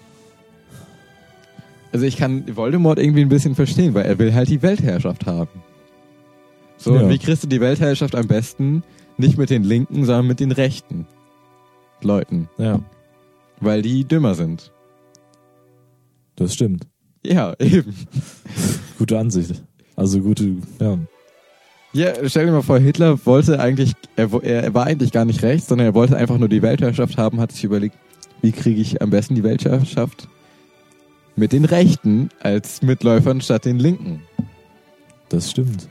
[SPEAKER 1] Also ich kann Voldemort irgendwie ein bisschen verstehen, weil er will halt die Weltherrschaft haben. So,
[SPEAKER 2] Ja.
[SPEAKER 1] und wie kriegst du die Weltherrschaft am besten? Nicht mit den Linken, sondern mit den Rechten Leuten.
[SPEAKER 2] Ja,
[SPEAKER 1] Weil die dümmer sind.
[SPEAKER 2] das stimmt.
[SPEAKER 1] Ja, eben.
[SPEAKER 2] Gute Ansicht. Also gute, ja.
[SPEAKER 1] Ja, stell dir mal vor, Hitler wollte eigentlich, er, wo- er war eigentlich gar nicht rechts, sondern er wollte einfach nur die Weltherrschaft haben, hat sich überlegt, wie kriege ich am besten die Weltherrschaft mit den Rechten als Mitläufern statt den Linken.
[SPEAKER 2] Das stimmt.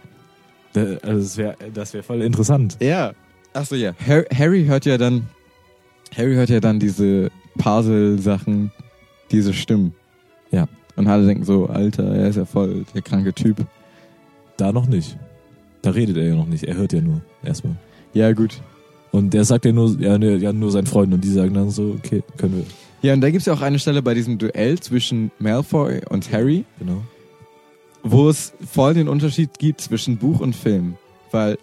[SPEAKER 2] Da- Also das wäre das wär voll interessant.
[SPEAKER 1] Ja. Achso, ja. Harry, Harry hört ja dann, Harry hört ja dann diese Parsel-Sachen, diese Stimmen.
[SPEAKER 2] Ja.
[SPEAKER 1] Und alle denken so, Alter, er ist ja voll der kranke Typ.
[SPEAKER 2] Da noch nicht. Da redet er ja noch nicht. Er hört ja nur erstmal.
[SPEAKER 1] Ja, gut.
[SPEAKER 2] Und der sagt ja nur, ja, ne, ja nur seinen Freunden und die sagen dann so, okay, können wir.
[SPEAKER 1] Ja, und da gibt's ja auch eine Stelle bei diesem Duell zwischen Malfoy und Harry.
[SPEAKER 2] Genau.
[SPEAKER 1] wo es voll den Unterschied gibt zwischen Buch und Film. Weil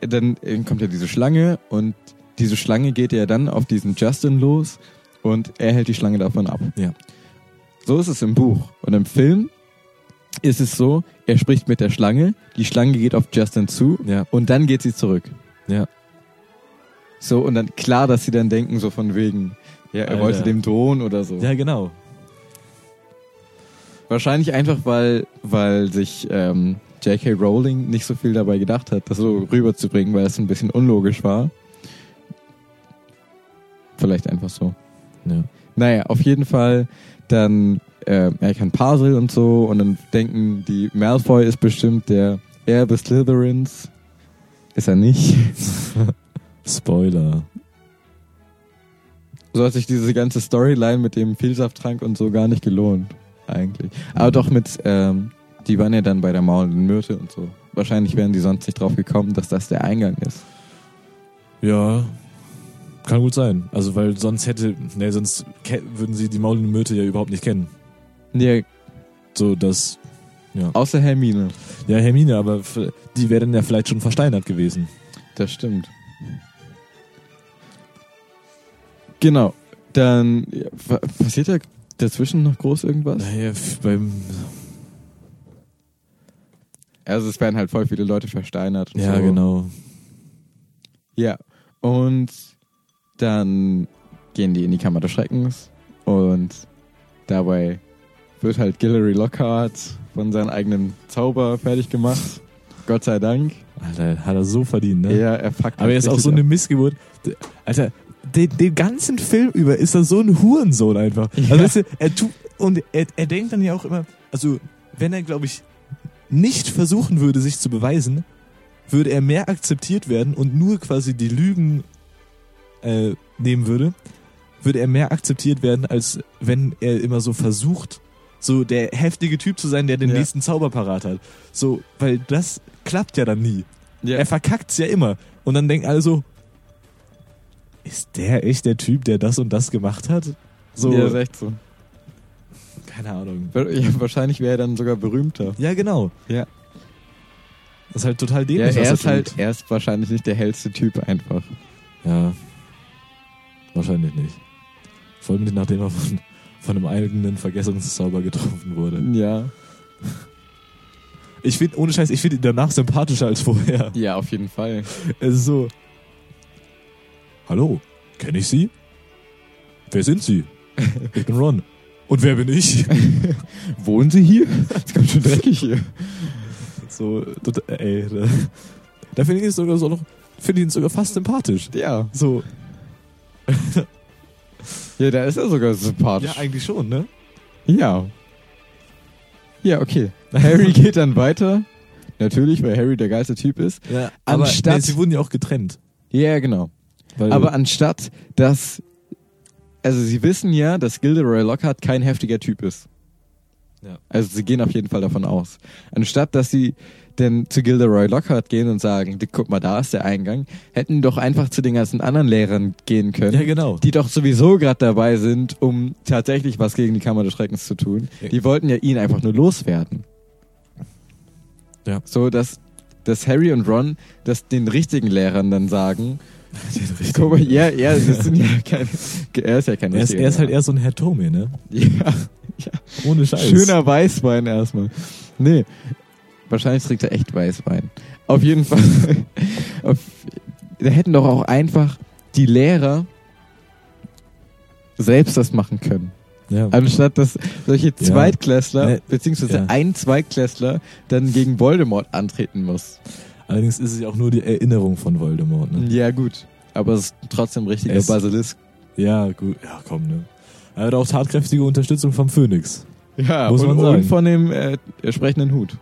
[SPEAKER 1] dann kommt ja diese Schlange und diese Schlange geht ja dann auf diesen Justin los und er hält die Schlange davon ab.
[SPEAKER 2] Ja.
[SPEAKER 1] So ist es im Buch. Und im Film ist es so, er spricht mit der Schlange, die Schlange geht auf Justin zu
[SPEAKER 2] Ja.
[SPEAKER 1] und dann geht sie zurück.
[SPEAKER 2] Ja.
[SPEAKER 1] So, und dann klar, dass sie dann denken, so von wegen, ja, er
[SPEAKER 2] Alter.
[SPEAKER 1] wollte dem drohen oder so.
[SPEAKER 2] Ja, genau.
[SPEAKER 1] Wahrscheinlich einfach, weil, weil sich ähm, J.K. Rowling nicht so viel dabei gedacht hat, das so rüberzubringen, weil es ein bisschen unlogisch war. Vielleicht einfach so.
[SPEAKER 2] Ja.
[SPEAKER 1] Naja, auf jeden Fall, dann, äh, er kann Parsel und so, und dann denken die, Malfoy ist bestimmt der Erbe Slytherins. Ist er nicht.
[SPEAKER 2] Spoiler.
[SPEAKER 1] So hat sich diese ganze Storyline mit dem Vielsafttrank und so gar nicht gelohnt, eigentlich. Aber doch mit, ähm, die waren ja dann bei der maulenden Myrte und so. Wahrscheinlich wären die sonst nicht drauf gekommen, dass das der Eingang ist.
[SPEAKER 2] Ja, kann gut sein. Also, weil sonst hätte, ne, sonst ke- würden sie die maulende Myrte ja überhaupt nicht kennen.
[SPEAKER 1] Nee,
[SPEAKER 2] So, dass,
[SPEAKER 1] außer Hermine.
[SPEAKER 2] ja, Hermine, aber f- die wäre dann ja vielleicht schon versteinert gewesen.
[SPEAKER 1] Das stimmt. Genau. Dann ja, wa- passiert da dazwischen noch groß irgendwas?
[SPEAKER 2] Naja, f- beim,
[SPEAKER 1] Also es werden halt voll viele Leute versteinert. Und
[SPEAKER 2] ja,
[SPEAKER 1] so.
[SPEAKER 2] genau.
[SPEAKER 1] Ja. Und dann gehen die in die Kammer des Schreckens und dabei wird halt Guillory Lockhart von seinem eigenen Zauber fertig gemacht. Gott sei Dank.
[SPEAKER 2] Alter, hat er so verdient,
[SPEAKER 1] Ja,
[SPEAKER 2] ne?
[SPEAKER 1] er fuckt
[SPEAKER 2] Aber er
[SPEAKER 1] halt
[SPEAKER 2] ist auch
[SPEAKER 1] richtig
[SPEAKER 2] so eine
[SPEAKER 1] ab.
[SPEAKER 2] Missgeburt. D- Alter, den, den ganzen Film über ist er so ein Hurensohn einfach. Also,
[SPEAKER 1] Ja.
[SPEAKER 2] weißt du, er tut, und er, er denkt dann ja auch immer, also, wenn er, glaube ich, nicht versuchen würde, sich zu beweisen, würde er mehr akzeptiert werden und nur quasi die Lügen äh, nehmen würde, würde er mehr akzeptiert werden, als wenn er immer so versucht, so der heftige Typ zu sein, der den
[SPEAKER 1] Ja.
[SPEAKER 2] nächsten Zauber parat hat. So, weil das klappt ja dann nie.
[SPEAKER 1] Ja.
[SPEAKER 2] Er verkackt's ja immer. Und dann denken alle so, ist der echt der Typ, der das und das gemacht hat? So,
[SPEAKER 1] Ja, ist echt so.
[SPEAKER 2] keine Ahnung.
[SPEAKER 1] Ja, wahrscheinlich wäre er dann sogar berühmter.
[SPEAKER 2] Ja, genau.
[SPEAKER 1] Ja.
[SPEAKER 2] Das ist halt total
[SPEAKER 1] Ja,
[SPEAKER 2] dämlich,
[SPEAKER 1] er
[SPEAKER 2] was
[SPEAKER 1] ist
[SPEAKER 2] er
[SPEAKER 1] halt,
[SPEAKER 2] tut.
[SPEAKER 1] er ist wahrscheinlich nicht der hellste Typ einfach.
[SPEAKER 2] Ja. Wahrscheinlich nicht. Vor allem, nachdem er von, von einem eigenen Vergessungszauber getroffen wurde.
[SPEAKER 1] Ja.
[SPEAKER 2] Ich finde, ohne Scheiß, ich finde ihn danach sympathischer als vorher.
[SPEAKER 1] Ja, auf jeden Fall.
[SPEAKER 2] Es ist so. Hallo, kenne ich Sie? Wer sind Sie? Ich bin Ron. Und wer bin ich?
[SPEAKER 1] Wohnen Sie hier? Es kommt schon dreckig hier.
[SPEAKER 2] So, tot- ey. Da, da finde ich es sogar so noch, finde ich ihn sogar fast sympathisch.
[SPEAKER 1] Ja.
[SPEAKER 2] So.
[SPEAKER 1] Ja, da ist er sogar sympathisch.
[SPEAKER 2] Ja, eigentlich schon, ne?
[SPEAKER 1] Ja. Ja, okay. Harry geht dann weiter. Natürlich, weil Harry der geilste Typ ist.
[SPEAKER 2] Ja, aber
[SPEAKER 1] aber-
[SPEAKER 2] Anstatt,
[SPEAKER 1] nee,
[SPEAKER 2] sie
[SPEAKER 1] sie
[SPEAKER 2] wurden ja auch getrennt.
[SPEAKER 1] Ja, genau. Aber anstatt, dass. Also, sie wissen ja, dass Gilderoy Lockhart kein heftiger Typ ist.
[SPEAKER 2] Ja.
[SPEAKER 1] Also, sie gehen auf jeden Fall davon aus. Anstatt, dass sie denn zu Gilderoy Lockhart gehen und sagen: guck mal, da ist der Eingang, hätten die doch einfach zu den ganzen anderen Lehrern gehen können.
[SPEAKER 2] ja, genau.
[SPEAKER 1] die doch sowieso gerade dabei sind, um tatsächlich was gegen die Kammer des Schreckens zu tun.
[SPEAKER 2] Ja.
[SPEAKER 1] Die wollten ja ihn einfach nur loswerden.
[SPEAKER 2] Ja.
[SPEAKER 1] So, dass, dass Harry und Ron das den richtigen Lehrern dann sagen. Guck mal, ja, ja, das sind ja keine, er ist ja kein
[SPEAKER 2] er, ist,
[SPEAKER 1] richtiger
[SPEAKER 2] er ist halt
[SPEAKER 1] Lehrer.
[SPEAKER 2] eher so ein Herr Tome, ne?
[SPEAKER 1] Ja,
[SPEAKER 2] Ohne Scheiß.
[SPEAKER 1] schöner Weißwein erstmal. Nee, wahrscheinlich trinkt er echt Weißwein. Auf jeden Fall. auf, da hätten doch auch einfach die Lehrer selbst das machen können.
[SPEAKER 2] Ja.
[SPEAKER 1] Anstatt dass solche Zweitklässler,
[SPEAKER 2] Nee,
[SPEAKER 1] beziehungsweise
[SPEAKER 2] Ne, ja.
[SPEAKER 1] ein Zweitklässler, dann gegen Voldemort antreten muss.
[SPEAKER 2] Allerdings ist es ja auch nur die Erinnerung von Voldemort, ne?
[SPEAKER 1] Ja, gut. Aber es ist trotzdem ein richtiger
[SPEAKER 2] Es-
[SPEAKER 1] Basilisk.
[SPEAKER 2] Ja, gut. Ja, komm, ne? Er hat auch tatkräftige Unterstützung vom Phönix.
[SPEAKER 1] Ja,
[SPEAKER 2] muss
[SPEAKER 1] und,
[SPEAKER 2] man sagen.
[SPEAKER 1] und von dem äh, sprechenden Hut.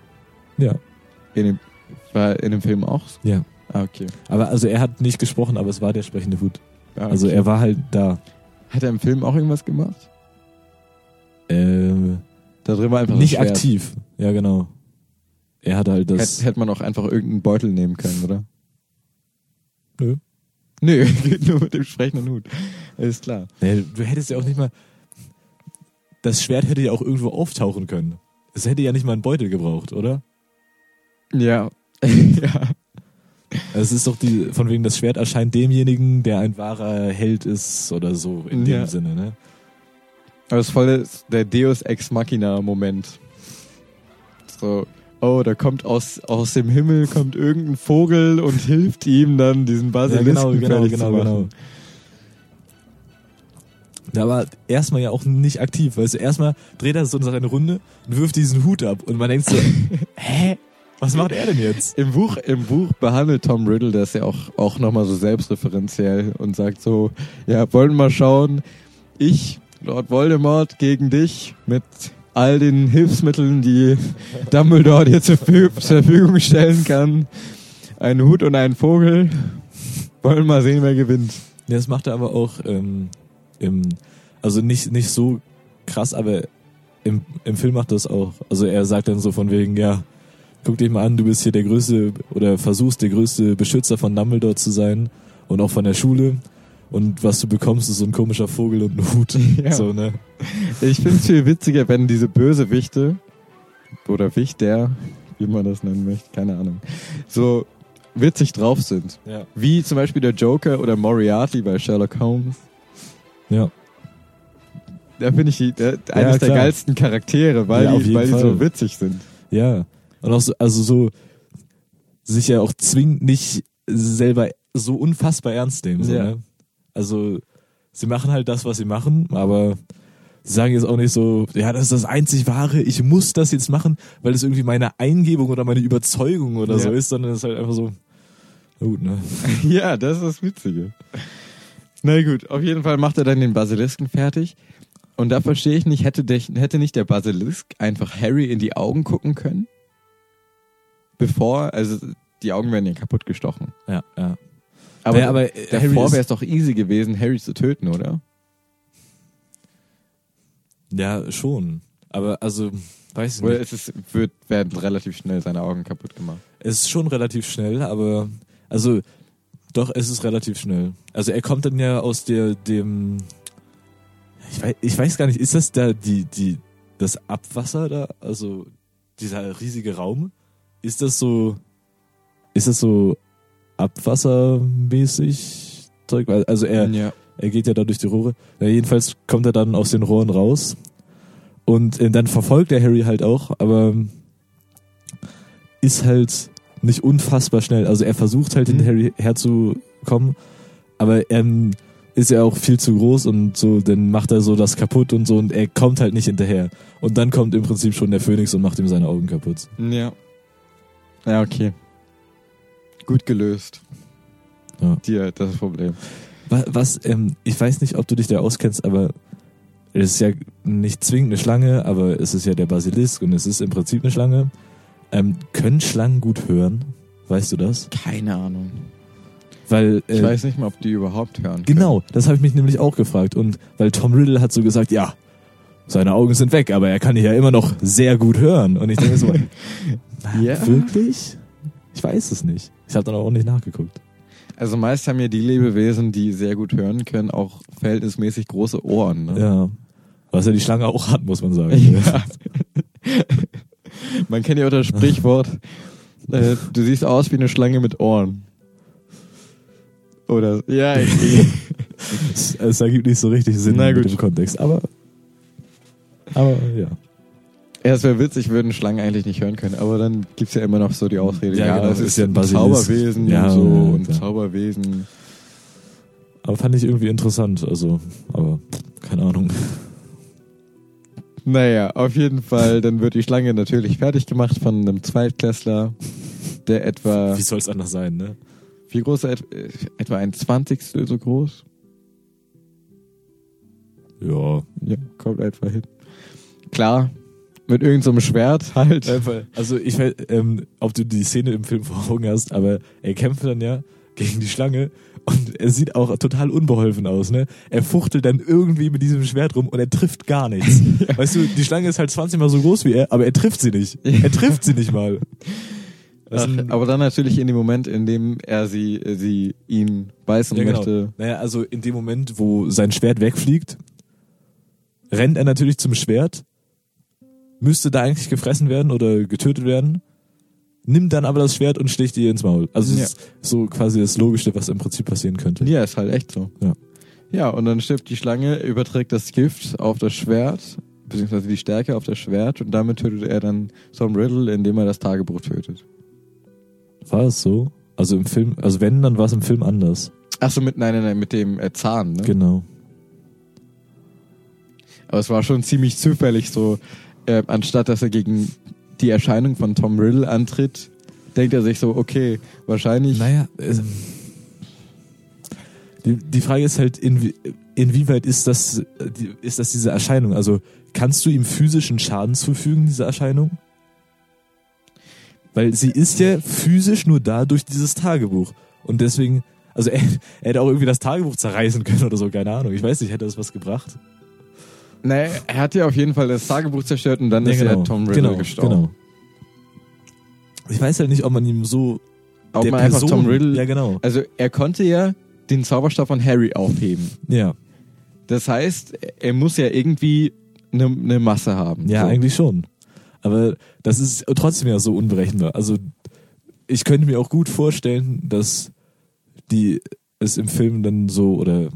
[SPEAKER 2] Ja.
[SPEAKER 1] In dem, war in dem Film auch? so?
[SPEAKER 2] Ja.
[SPEAKER 1] Ah, okay.
[SPEAKER 2] Aber also er hat nicht gesprochen, aber es war der sprechende Hut.
[SPEAKER 1] Ah, okay.
[SPEAKER 2] Also er war halt da.
[SPEAKER 1] Hat er im Film auch irgendwas gemacht?
[SPEAKER 2] Ähm,
[SPEAKER 1] Da drin war einfach das
[SPEAKER 2] nicht
[SPEAKER 1] Schwert.
[SPEAKER 2] aktiv. Ja, genau. Er hat halt das.
[SPEAKER 1] Hätte hätte man auch einfach irgendeinen Beutel nehmen können, oder?
[SPEAKER 2] Nö.
[SPEAKER 1] Nö, geht nur mit dem sprechenden Hut. Alles klar.
[SPEAKER 2] Nee, du hättest ja auch nicht mal. Das Schwert hätte ja auch irgendwo auftauchen können. Es hätte ja nicht mal einen Beutel gebraucht, oder?
[SPEAKER 1] Ja. ja.
[SPEAKER 2] Also es ist doch die, von wegen das Schwert erscheint demjenigen, der ein wahrer Held ist oder so in dem
[SPEAKER 1] Ja.
[SPEAKER 2] Sinne, ne?
[SPEAKER 1] Aber es ist voll des- der Deus Ex Machina-Moment. So, oh, da kommt aus, aus dem Himmel kommt irgendein Vogel und hilft ihm dann, diesen
[SPEAKER 2] genau,
[SPEAKER 1] Basilisken fertig Also zu machen.
[SPEAKER 2] Da war erstmal ja auch nicht aktiv, weißt du, erstmal dreht er so seine Runde und wirft diesen Hut ab und man denkt so, hä? Was macht er denn jetzt?
[SPEAKER 1] Im Buch, Im Buch behandelt Tom Riddle das ja auch, auch nochmal so selbstreferenziell und sagt so, ja, wollen mal schauen, ich, Lord Voldemort, gegen dich mit all den Hilfsmitteln, die Dumbledore dir zur Verfü- zur Verfügung stellen kann. Einen Hut und einen Vogel. Wollen mal sehen, wer gewinnt.
[SPEAKER 2] Ja, Das macht er aber auch ähm, im, also nicht, nicht so krass, aber im, im Film macht er das auch. Also er sagt dann so von wegen, ja, guck dich mal an, du bist hier der größte oder versuchst der größte Beschützer von Dumbledore zu sein und auch von der Schule. Und was du bekommst, ist so ein komischer Vogel und ein Hut.
[SPEAKER 1] Ja.
[SPEAKER 2] So, ne?
[SPEAKER 1] Ich finde es viel witziger, wenn diese Bösewichte oder Wichter, wie man das nennen möchte, keine Ahnung, so witzig drauf sind.
[SPEAKER 2] Ja.
[SPEAKER 1] Wie zum Beispiel der Joker oder Moriarty bei Sherlock Holmes.
[SPEAKER 2] Ja.
[SPEAKER 1] Da finde ich die, da, eines der
[SPEAKER 2] klar.
[SPEAKER 1] geilsten Charaktere, weil,
[SPEAKER 2] Ja, auf
[SPEAKER 1] die,
[SPEAKER 2] jeden
[SPEAKER 1] weil die so
[SPEAKER 2] Fall.
[SPEAKER 1] witzig sind.
[SPEAKER 2] Ja. Und auch so, also so sich ja auch zwingend nicht selber so unfassbar ernst nehmen. So,
[SPEAKER 1] Ja.
[SPEAKER 2] ne? Also sie machen halt das, was sie machen, aber sie sagen jetzt auch nicht so, ja, das ist das einzig wahre, ich muss das jetzt machen, weil das irgendwie meine Eingebung oder meine Überzeugung oder
[SPEAKER 1] Ja.
[SPEAKER 2] so ist, sondern es ist halt einfach so, na gut, ne?
[SPEAKER 1] ja, das ist das Witzige. Na gut, auf jeden Fall macht er dann den Basilisken fertig. Und da verstehe ich nicht, hätte, der, hätte nicht der Basilisk einfach Harry in die Augen gucken können? Bevor, also die Augen werden ja kaputt gestochen.
[SPEAKER 2] Ja, ja.
[SPEAKER 1] Aber,
[SPEAKER 2] Ja, aber, äh, Harry
[SPEAKER 1] davor
[SPEAKER 2] ist-
[SPEAKER 1] wäre es doch easy gewesen, Harry zu töten, oder?
[SPEAKER 2] Ja, schon. Aber also, weiß ich nicht.
[SPEAKER 1] Oder es ist, wird, werden relativ schnell seine Augen kaputt gemacht.
[SPEAKER 2] Es ist schon relativ schnell, aber also doch, es ist relativ schnell. Also er kommt dann ja aus der dem ich weiß, ich weiß gar nicht, ist das da die die das Abwasser da, also dieser riesige Raum, ist das so ist das so abwassermäßig Zeug, Weil- also er
[SPEAKER 1] ja.
[SPEAKER 2] er geht ja da durch die Rohre. Ja, jedenfalls kommt er dann aus den Rohren raus. Und äh, dann verfolgt er Harry halt auch, aber ähm, ist halt nicht unfassbar schnell. Also er versucht halt,
[SPEAKER 1] Mhm.
[SPEAKER 2] hinter Harry herzukommen, aber er ähm, ist ja auch viel zu groß und so, dann macht er so das kaputt und so und er kommt halt nicht hinterher. Und dann kommt im Prinzip schon der Phönix und macht ihm seine Augen kaputt.
[SPEAKER 1] Ja. Ja, okay. Gut gelöst.
[SPEAKER 2] Ja.
[SPEAKER 1] Dir, das Problem.
[SPEAKER 2] Wa- Was, ähm, ich weiß nicht, ob du dich da auskennst, aber es ist ja nicht zwingend eine Schlange, aber es ist ja der Basilisk und es ist im Prinzip eine Schlange. Ähm, können Schlangen gut hören? Weißt du das?
[SPEAKER 1] Keine Ahnung.
[SPEAKER 2] Weil
[SPEAKER 1] Ich
[SPEAKER 2] äh,
[SPEAKER 1] weiß nicht mal, ob die überhaupt hören.
[SPEAKER 2] genau, das habe ich mich nämlich auch gefragt und weil Tom Riddle hat so gesagt, ja, seine Augen sind weg, aber er kann ja immer noch sehr gut hören und ich denke so, na,
[SPEAKER 1] Ja.
[SPEAKER 2] wirklich? Ich weiß es nicht. Ich habe dann auch nicht nachgeguckt.
[SPEAKER 1] können. Also meist haben ja die Lebewesen, die sehr gut hören können, auch verhältnismäßig große Ohren. Ne?
[SPEAKER 2] Ja. Was ja die Schlange auch hat, muss man sagen.
[SPEAKER 1] Ja. Man kennt ja auch das Sprichwort, äh, du siehst aus wie eine Schlange mit Ohren. Oder, ja, ich,
[SPEAKER 2] Es, es ergibt nicht so richtig Sinn
[SPEAKER 1] Na gut.
[SPEAKER 2] mit dem Kontext, aber. Aber ja.
[SPEAKER 1] Ja, es wäre witzig, würden Schlangen eigentlich nicht hören können, aber dann gibt's ja immer noch so die Ausrede,
[SPEAKER 2] Ja,
[SPEAKER 1] ja,
[SPEAKER 2] genau,
[SPEAKER 1] das
[SPEAKER 2] ist
[SPEAKER 1] ist
[SPEAKER 2] ja
[SPEAKER 1] ja
[SPEAKER 2] ein
[SPEAKER 1] ein
[SPEAKER 2] Basilisk.
[SPEAKER 1] Zauberwesen
[SPEAKER 2] Ja,
[SPEAKER 1] und so
[SPEAKER 2] ja,
[SPEAKER 1] und
[SPEAKER 2] klar.
[SPEAKER 1] Zauberwesen.
[SPEAKER 2] Aber fand ich irgendwie interessant, also, aber keine Ahnung.
[SPEAKER 1] Naja, auf jeden Fall, dann wird die Schlange natürlich fertig gemacht von einem Zweitklässler, der etwa,
[SPEAKER 2] Wie soll es anders sein, ne?
[SPEAKER 1] wie groß, er et- äh, etwa ein Zwanzigstel so groß?
[SPEAKER 2] Ja.
[SPEAKER 1] Ja, kommt etwa hin. Klar, mit irgendeinem so einem Schwert halt.
[SPEAKER 2] Also ich weiß, ähm, ob du die Szene im Film vor Augen hast, aber er kämpft dann ja gegen die Schlange und er sieht auch total unbeholfen aus, ne? Er fuchtelt dann irgendwie mit diesem Schwert rum und er trifft gar nichts. Weißt du, die Schlange ist halt 20 mal so groß wie er, aber er trifft sie nicht. Er trifft sie nicht mal. Das
[SPEAKER 1] Ach,
[SPEAKER 2] ist ein-
[SPEAKER 1] aber dann natürlich in dem Moment, in dem er sie, sie ihn beißen
[SPEAKER 2] Ja, genau.
[SPEAKER 1] möchte.
[SPEAKER 2] Naja, also in dem Moment, wo sein Schwert wegfliegt, rennt er natürlich zum Schwert, müsste da eigentlich gefressen werden oder getötet werden, nimmt dann aber das Schwert und sticht ihr ins Maul. Also
[SPEAKER 1] Ja.
[SPEAKER 2] das ist so quasi das Logischste, was im Prinzip passieren könnte.
[SPEAKER 1] Ja, ist halt echt so.
[SPEAKER 2] Ja.
[SPEAKER 1] Ja, und dann stirbt die Schlange, überträgt das Gift auf das Schwert, beziehungsweise die Stärke auf das Schwert und damit tötet er dann Tom Riddle, indem er das Tagebuch tötet.
[SPEAKER 2] War es so? Also im Film, also wenn, dann war es im Film anders.
[SPEAKER 1] Achso, mit, nein, nein, nein, mit dem äh, Zahn, ne?
[SPEAKER 2] Genau.
[SPEAKER 1] Aber es war schon ziemlich zufällig so, äh, anstatt dass er gegen die Erscheinung von Tom Riddle antritt, denkt er sich so, okay, wahrscheinlich.
[SPEAKER 2] Naja, also, die, die Frage ist halt, inwie, inwieweit ist das, äh, die- ist das diese Erscheinung? Also kannst du ihm physischen Schaden zufügen, diese Erscheinung? Weil sie ist ja physisch nur da durch dieses Tagebuch. Und deswegen, also er, er hätte auch irgendwie das Tagebuch zerreißen können oder so, keine Ahnung. Ich weiß nicht, hätte das was gebracht?
[SPEAKER 1] Naja, ne, er hat ja auf jeden Fall das Tagebuch zerstört und dann ist ja Tom Riddle
[SPEAKER 2] genau,
[SPEAKER 1] gestorben.
[SPEAKER 2] Genau. Ich weiß halt nicht, ob man ihm so
[SPEAKER 1] Ob
[SPEAKER 2] der
[SPEAKER 1] man
[SPEAKER 2] Person,
[SPEAKER 1] einfach Tom Riddle.
[SPEAKER 2] ja genau,
[SPEAKER 1] Also er konnte ja den Zauberstab von Harry aufheben.
[SPEAKER 2] ja,
[SPEAKER 1] Das heißt, er muss ja irgendwie eine ne Masse haben.
[SPEAKER 2] Ja,
[SPEAKER 1] so.
[SPEAKER 2] eigentlich schon. Aber das ist trotzdem ja so unberechenbar. Also ich könnte mir auch gut vorstellen, dass die es im Film dann so oder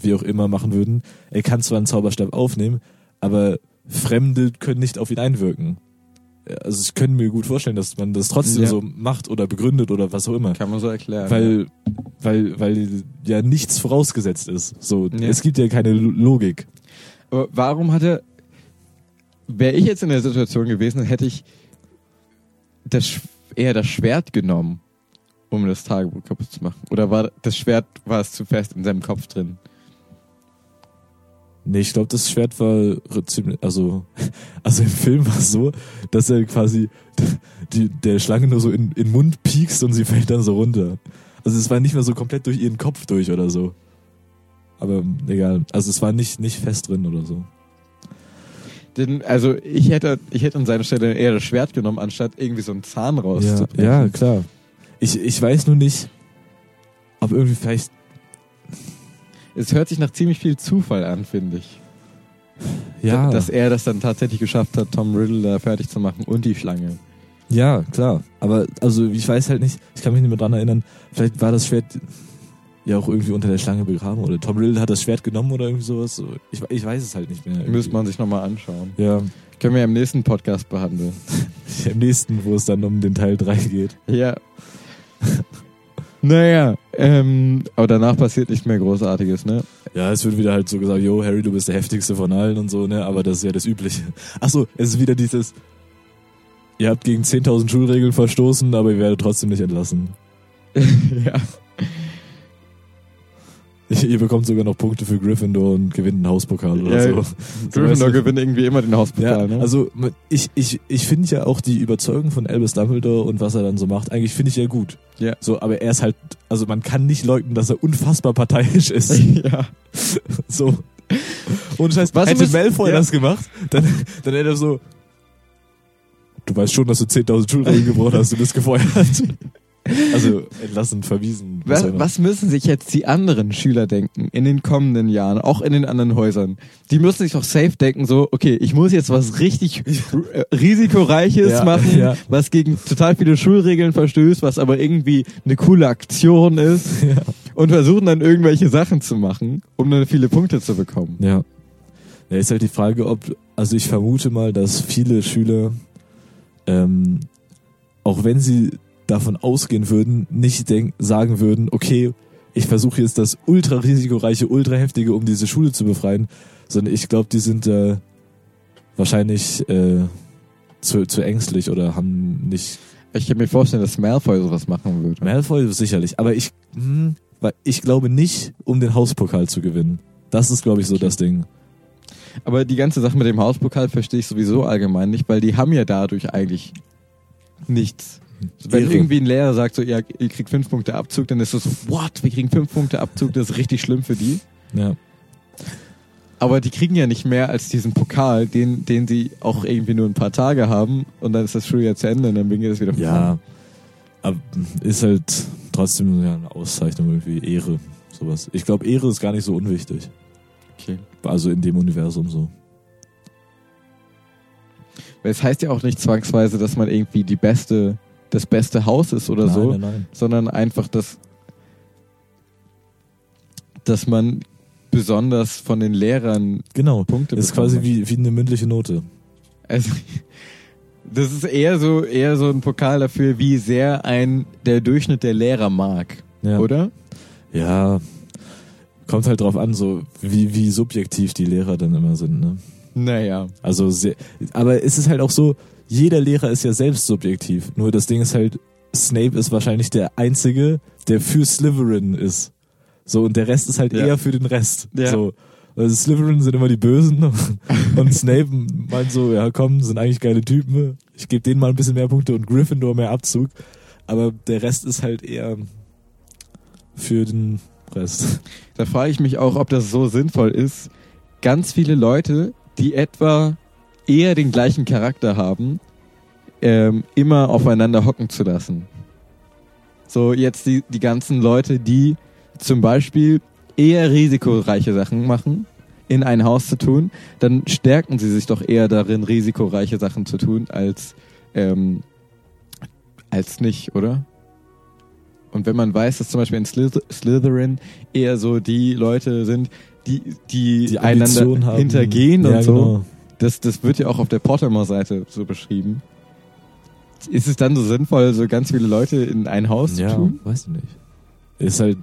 [SPEAKER 2] wie auch immer machen würden. Er kann zwar einen Zauberstab aufnehmen, aber Fremde können nicht auf ihn einwirken. Also ich könnte mir gut vorstellen, dass man das trotzdem
[SPEAKER 1] Ja.
[SPEAKER 2] so macht oder begründet oder was auch immer.
[SPEAKER 1] Kann man so erklären.
[SPEAKER 2] Weil, weil, weil ja nichts vorausgesetzt ist. So,
[SPEAKER 1] Ja.
[SPEAKER 2] Es gibt ja keine Lo- Logik.
[SPEAKER 1] Aber warum hat er. Wäre ich jetzt in der Situation gewesen, dann hätte ich das, Sch- eher das Schwert genommen, um das Tagebuch kaputt zu machen. Oder war das Schwert war es zu fest in seinem Kopf drin?
[SPEAKER 2] Nee, ich glaube, das Schwert war r- ziemlich, also, also im Film war es so, dass er quasi die, der Schlange nur so in, in den Mund piekst und sie fällt dann so runter. Also es war nicht mehr so komplett durch ihren Kopf durch oder so. Aber ähm, egal. Also es war nicht, nicht fest drin oder so.
[SPEAKER 1] Denn, also ich hätte, ich hätte an seiner Stelle eher das Schwert genommen, anstatt irgendwie so einen Zahn
[SPEAKER 2] Ja,
[SPEAKER 1] rauszubrechen.
[SPEAKER 2] ja, klar. Ich, ich weiß nur nicht, ob irgendwie vielleicht
[SPEAKER 1] Es hört sich nach ziemlich viel Zufall an, finde ich.
[SPEAKER 2] ja,
[SPEAKER 1] Dass er das dann tatsächlich geschafft hat, Tom Riddle da fertig zu machen und die Schlange.
[SPEAKER 2] ja, klar. Aber also ich weiß halt nicht, ich kann mich nicht mehr dran erinnern, vielleicht war das Schwert ja auch irgendwie unter der Schlange begraben oder Tom Riddle hat das Schwert genommen oder irgendwie sowas. So, Ich, we- ich weiß es halt nicht mehr. irgendwie.
[SPEAKER 1] Müsste man sich nochmal anschauen.
[SPEAKER 2] Ja,
[SPEAKER 1] Können wir im nächsten Podcast behandeln.
[SPEAKER 2] im nächsten, wo es dann um den Teil 3 geht.
[SPEAKER 1] Ja. naja, ähm, aber danach passiert nichts mehr Großartiges, ne?
[SPEAKER 2] Ja, es wird wieder halt so gesagt, yo, Harry, du bist der heftigste von allen und so, ne? Aber das ist ja das Übliche. Achso, es ist wieder dieses, ihr habt gegen 10.000 Schulregeln verstoßen, aber ihr werdet trotzdem nicht entlassen.
[SPEAKER 1] ja.
[SPEAKER 2] Ihr bekommt sogar noch Punkte für Gryffindor und gewinnt einen Hauspokal oder
[SPEAKER 1] Ja,
[SPEAKER 2] so.
[SPEAKER 1] Gryffindor
[SPEAKER 2] weißt du.
[SPEAKER 1] gewinnt irgendwie immer den
[SPEAKER 2] Ja,
[SPEAKER 1] Hauspokal, ne?
[SPEAKER 2] also man- ich, ich, ich finde ja auch die Überzeugung von Albus Dumbledore und was er dann so macht, eigentlich finde ich ja gut.
[SPEAKER 1] Ja.
[SPEAKER 2] So, aber er ist halt, also man kann nicht leugnen, dass er unfassbar parteiisch ist.
[SPEAKER 1] ja.
[SPEAKER 2] so. Und Scheiß,
[SPEAKER 1] Was
[SPEAKER 2] was hätte
[SPEAKER 1] müssen-
[SPEAKER 2] Malfoy
[SPEAKER 1] ja.
[SPEAKER 2] das gemacht, dann, dann hätte er so, du weißt schon, dass du 10.000 Schulregeln gebraucht hast, du bist gefeuert. also entlassen, verwiesen.
[SPEAKER 1] Was,
[SPEAKER 2] auch immer.
[SPEAKER 1] was müssen sich jetzt die anderen Schüler denken in den kommenden Jahren, auch in den anderen Häusern? Die müssen sich doch safe denken, so, okay, ich muss jetzt was richtig r- äh, risikoreiches
[SPEAKER 2] Ja,
[SPEAKER 1] machen,
[SPEAKER 2] ja.
[SPEAKER 1] was gegen total viele Schulregeln verstößt, was aber irgendwie eine coole Aktion ist
[SPEAKER 2] Ja.
[SPEAKER 1] und versuchen dann irgendwelche Sachen zu machen, um dann viele Punkte zu bekommen.
[SPEAKER 2] Ja. Ja, ist halt die Frage, ob, also ich vermute mal, dass viele Schüler, ähm, auch wenn sie davon ausgehen würden, nicht denk sagen würden, okay, ich versuche jetzt das ultra risikoreiche, ultra heftige, um diese Schule zu befreien, sondern ich glaube, die sind äh, wahrscheinlich äh, zu, zu ängstlich oder haben nicht
[SPEAKER 1] Ich kann mir vorstellen, dass Malfoy sowas machen würde.
[SPEAKER 2] Malfoy sicherlich, aber ich, hm, weil ich glaube nicht, um den Hauspokal zu gewinnen. Das ist, glaube ich, so das Ding.
[SPEAKER 1] Aber die ganze Sache mit dem Hauspokal verstehe ich sowieso allgemein nicht, weil die haben ja dadurch eigentlich nichts. Wenn
[SPEAKER 2] Irre.
[SPEAKER 1] irgendwie ein Lehrer sagt, so, ja, ihr kriegt fünf Punkte Abzug, dann ist das so, what, wir kriegen fünf Punkte Abzug, das ist richtig schlimm für die.
[SPEAKER 2] Ja.
[SPEAKER 1] Aber die kriegen ja nicht mehr als diesen Pokal, den, den sie auch irgendwie nur ein paar Tage haben und dann ist das Schuljahr zu Ende und dann beginnt das wieder von vorne.
[SPEAKER 2] Ja, aber ist halt trotzdem ja eine Auszeichnung irgendwie, Ehre, sowas. Ich glaube, Ehre ist gar nicht so unwichtig.
[SPEAKER 1] Okay.
[SPEAKER 2] Also in dem Universum so.
[SPEAKER 1] Weil es heißt ja auch nicht zwangsweise, dass man irgendwie die beste, das beste Haus ist oder
[SPEAKER 2] nein,
[SPEAKER 1] so.
[SPEAKER 2] nein, nein.
[SPEAKER 1] sondern einfach, dass, dass man besonders von den Lehrern
[SPEAKER 2] Genau.
[SPEAKER 1] Punkte
[SPEAKER 2] Das ist
[SPEAKER 1] bekommen
[SPEAKER 2] quasi
[SPEAKER 1] hat.
[SPEAKER 2] wie, wie eine mündliche Note.
[SPEAKER 1] Also, das ist eher so, eher so ein Pokal dafür, wie sehr ein der Durchschnitt der Lehrer mag,
[SPEAKER 2] Ja.
[SPEAKER 1] oder?
[SPEAKER 2] Ja. Kommt halt drauf an, so wie, wie subjektiv die Lehrer dann immer sind, ne?
[SPEAKER 1] Naja.
[SPEAKER 2] Also sehr, aber es ist halt auch so, jeder Lehrer ist ja selbst subjektiv. Nur das Ding ist halt, Snape ist wahrscheinlich der Einzige, der für Slytherin ist. So, und der Rest ist halt
[SPEAKER 1] Ja.
[SPEAKER 2] eher für den Rest.
[SPEAKER 1] Ja.
[SPEAKER 2] So. Also Slytherin sind immer die Bösen und Snape meint so, ja komm, sind eigentlich geile Typen. Ich gebe denen mal ein bisschen mehr Punkte und Gryffindor mehr Abzug. Aber der Rest ist halt eher für den Rest.
[SPEAKER 1] Da frage ich mich auch, ob das so sinnvoll ist. Ganz viele Leute, die etwa eher den gleichen Charakter haben, ähm, immer aufeinander hocken zu lassen. So jetzt die, die ganzen Leute, die zum Beispiel eher risikoreiche Sachen machen, in ein Haus zu tun, dann stärken sie sich doch eher darin, risikoreiche Sachen zu tun, als, ähm, als nicht, oder? Und wenn man weiß, dass zum Beispiel in Slyth- Slytherin eher so die Leute sind, die, die,
[SPEAKER 2] Die Ambition
[SPEAKER 1] einander
[SPEAKER 2] haben.
[SPEAKER 1] hintergehen
[SPEAKER 2] ja,
[SPEAKER 1] und so,
[SPEAKER 2] Genau.
[SPEAKER 1] das, das wird ja auch auf der Pottermore-Seite so beschrieben. Ist es dann so sinnvoll, so ganz viele Leute in ein Haus
[SPEAKER 2] Ja,
[SPEAKER 1] zu tun?
[SPEAKER 2] weiß ich nicht. Ist halt.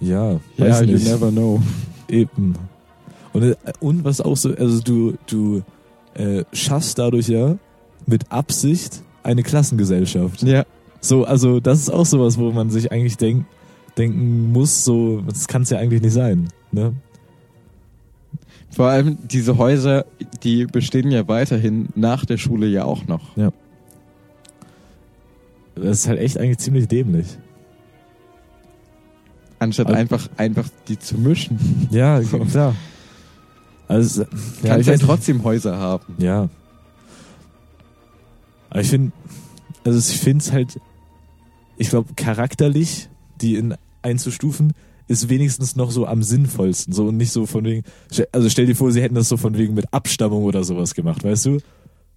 [SPEAKER 2] Ja, weiß ich
[SPEAKER 1] you
[SPEAKER 2] nicht.
[SPEAKER 1] never know.
[SPEAKER 2] Eben. Und, äh, und was auch so, also du, du äh, schaffst dadurch ja mit Absicht eine Klassengesellschaft.
[SPEAKER 1] Ja,
[SPEAKER 2] So, also das ist auch sowas, wo man sich eigentlich denk, denken muss, so, das kann es ja eigentlich nicht sein. Ne?
[SPEAKER 1] vor allem diese Häuser, die bestehen ja weiterhin nach der Schule ja auch noch.
[SPEAKER 2] Das ist halt echt eigentlich ziemlich dämlich.
[SPEAKER 1] Anstatt
[SPEAKER 2] Also-
[SPEAKER 1] einfach, einfach die zu mischen.
[SPEAKER 2] Ja, klar. Also, es- ja,
[SPEAKER 1] Kannst
[SPEAKER 2] ich
[SPEAKER 1] ja
[SPEAKER 2] weiß nicht.
[SPEAKER 1] trotzdem Häuser haben.
[SPEAKER 2] Ja. Aber ich finde, also ich finde es halt, ich glaube, charakterlich, die in einzustufen, ist wenigstens noch so am sinnvollsten. So und nicht so von wegen, ste- also stell dir vor, sie hätten das so von wegen mit Abstammung oder sowas gemacht, weißt du?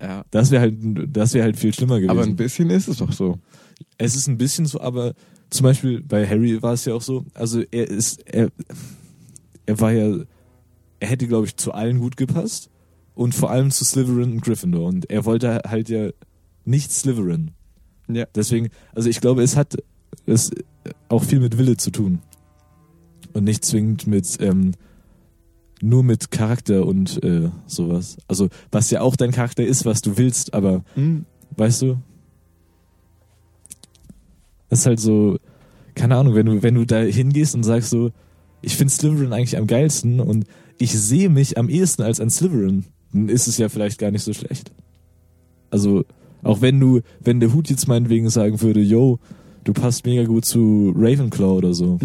[SPEAKER 1] Ja.
[SPEAKER 2] Das wäre halt, das wäre halt viel schlimmer gewesen.
[SPEAKER 1] Aber ein bisschen ist es doch so.
[SPEAKER 2] Es ist ein bisschen so, aber zum Beispiel bei Harry war es ja auch so, also er ist, er, er war ja, er hätte, glaube ich, zu allen gut gepasst und vor allem zu Slytherin und Gryffindor und er wollte halt ja nicht Slytherin.
[SPEAKER 1] Ja.
[SPEAKER 2] Deswegen, also ich glaube, es hat es auch viel mit Wille zu tun und nicht zwingend mit, ähm, nur mit Charakter und äh, sowas. Also, was ja auch dein Charakter ist, was du willst, aber weißt du? Das ist halt so, keine Ahnung, wenn du, wenn du da hingehst und sagst so, ich finde Slytherin eigentlich am geilsten und ich sehe mich am ehesten als ein Slytherin, dann ist es ja vielleicht gar nicht so schlecht. Also, auch wenn du, wenn der Hut jetzt meinetwegen sagen würde, yo, du passt mega gut zu Ravenclaw oder so.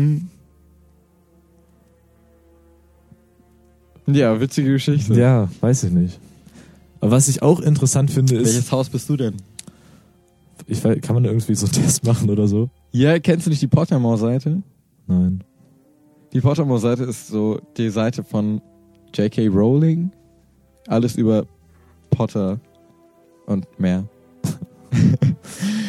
[SPEAKER 1] Ja, witzige Geschichte.
[SPEAKER 2] Ja, weiß ich nicht. Aber was ich auch interessant finde ist,
[SPEAKER 1] Welches Haus bist du denn?
[SPEAKER 2] ich, weiß- kann man irgendwie so einen Test machen oder so?
[SPEAKER 1] Ja, kennst du nicht die Pottermore-Seite?
[SPEAKER 2] Nein.
[SPEAKER 1] Die Pottermore-Seite ist so die Seite von J.K. Rowling. Alles über Potter und mehr.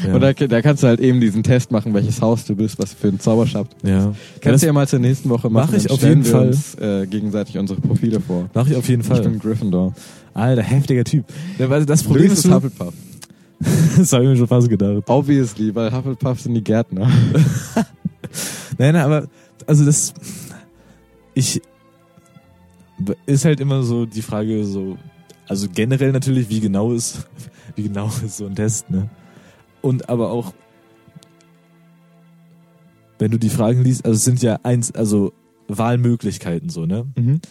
[SPEAKER 2] Ja.
[SPEAKER 1] Und da, da kannst du halt eben diesen Test machen, welches Haus du bist, was für einen Zauberstab.
[SPEAKER 2] ja.
[SPEAKER 1] Kannst
[SPEAKER 2] das-
[SPEAKER 1] du ja mal zur nächsten Woche
[SPEAKER 2] Mach
[SPEAKER 1] machen.
[SPEAKER 2] ich
[SPEAKER 1] dann
[SPEAKER 2] auf
[SPEAKER 1] stellen
[SPEAKER 2] jeden
[SPEAKER 1] wir
[SPEAKER 2] Fall.
[SPEAKER 1] Uns, äh, gegenseitig unsere Profile vor.
[SPEAKER 2] Mach ich auf jeden Fall.
[SPEAKER 1] Ich bin Gryffindor.
[SPEAKER 2] Alter, heftiger Typ. Ja, weil Das Problem
[SPEAKER 1] Luis
[SPEAKER 2] ist,
[SPEAKER 1] ist
[SPEAKER 2] so-
[SPEAKER 1] Hufflepuff.
[SPEAKER 2] das habe ich mir schon fast gedacht.
[SPEAKER 1] Obviously, weil Hufflepuff sind die Gärtner.
[SPEAKER 2] Nein, nein, aber also das ich ist halt immer so die Frage so also generell natürlich wie genau ist wie genau ist so ein Test, ne? Und aber auch wenn du die Fragen liest, also es sind ja eins also Wahlmöglichkeiten so, ne?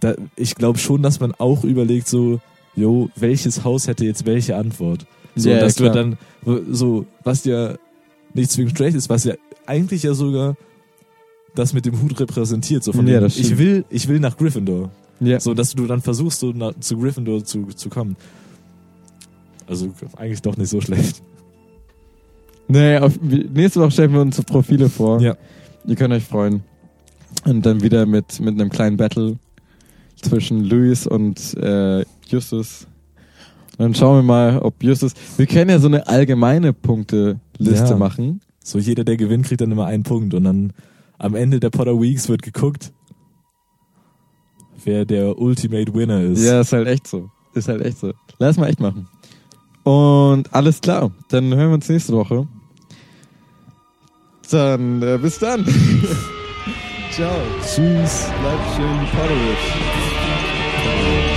[SPEAKER 2] da, ich glaube schon, dass man auch überlegt, so, jo, welches Haus hätte jetzt welche Antwort? So,
[SPEAKER 1] Ja, ja,
[SPEAKER 2] dass
[SPEAKER 1] klar.
[SPEAKER 2] du dann, w- so, was ja nicht zwingend schlecht ist, was ja eigentlich ja sogar das mit dem Hut repräsentiert, so von
[SPEAKER 1] Ja,
[SPEAKER 2] dem,
[SPEAKER 1] das
[SPEAKER 2] ich
[SPEAKER 1] stimmt.
[SPEAKER 2] will, ich will nach Gryffindor.
[SPEAKER 1] Ja.
[SPEAKER 2] So, dass du dann versuchst, so nach, zu Gryffindor zu, zu kommen. Also eigentlich doch nicht so schlecht.
[SPEAKER 1] Nee, auf, wir- nächste Woche stellen wir unsere Profile vor.
[SPEAKER 2] Ja.
[SPEAKER 1] Ihr könnt euch freuen. Und dann wieder mit, mit einem kleinen Battle zwischen Luis und äh, Justus. Dann schauen wir mal, ob Justus. Wir können ja so eine allgemeine Punkteliste
[SPEAKER 2] Ja.
[SPEAKER 1] machen.
[SPEAKER 2] So, jeder, der gewinnt, kriegt dann immer einen Punkt und dann am Ende der Potter Weeks wird geguckt, wer der Ultimate Winner ist.
[SPEAKER 1] Ja, ist halt echt so. Ist halt echt so. Lass mal echt machen. Und alles klar. Dann hören wir uns nächste Woche. Dann äh, bis dann. Ciao. Tschüss. Bleibt schön potterisch.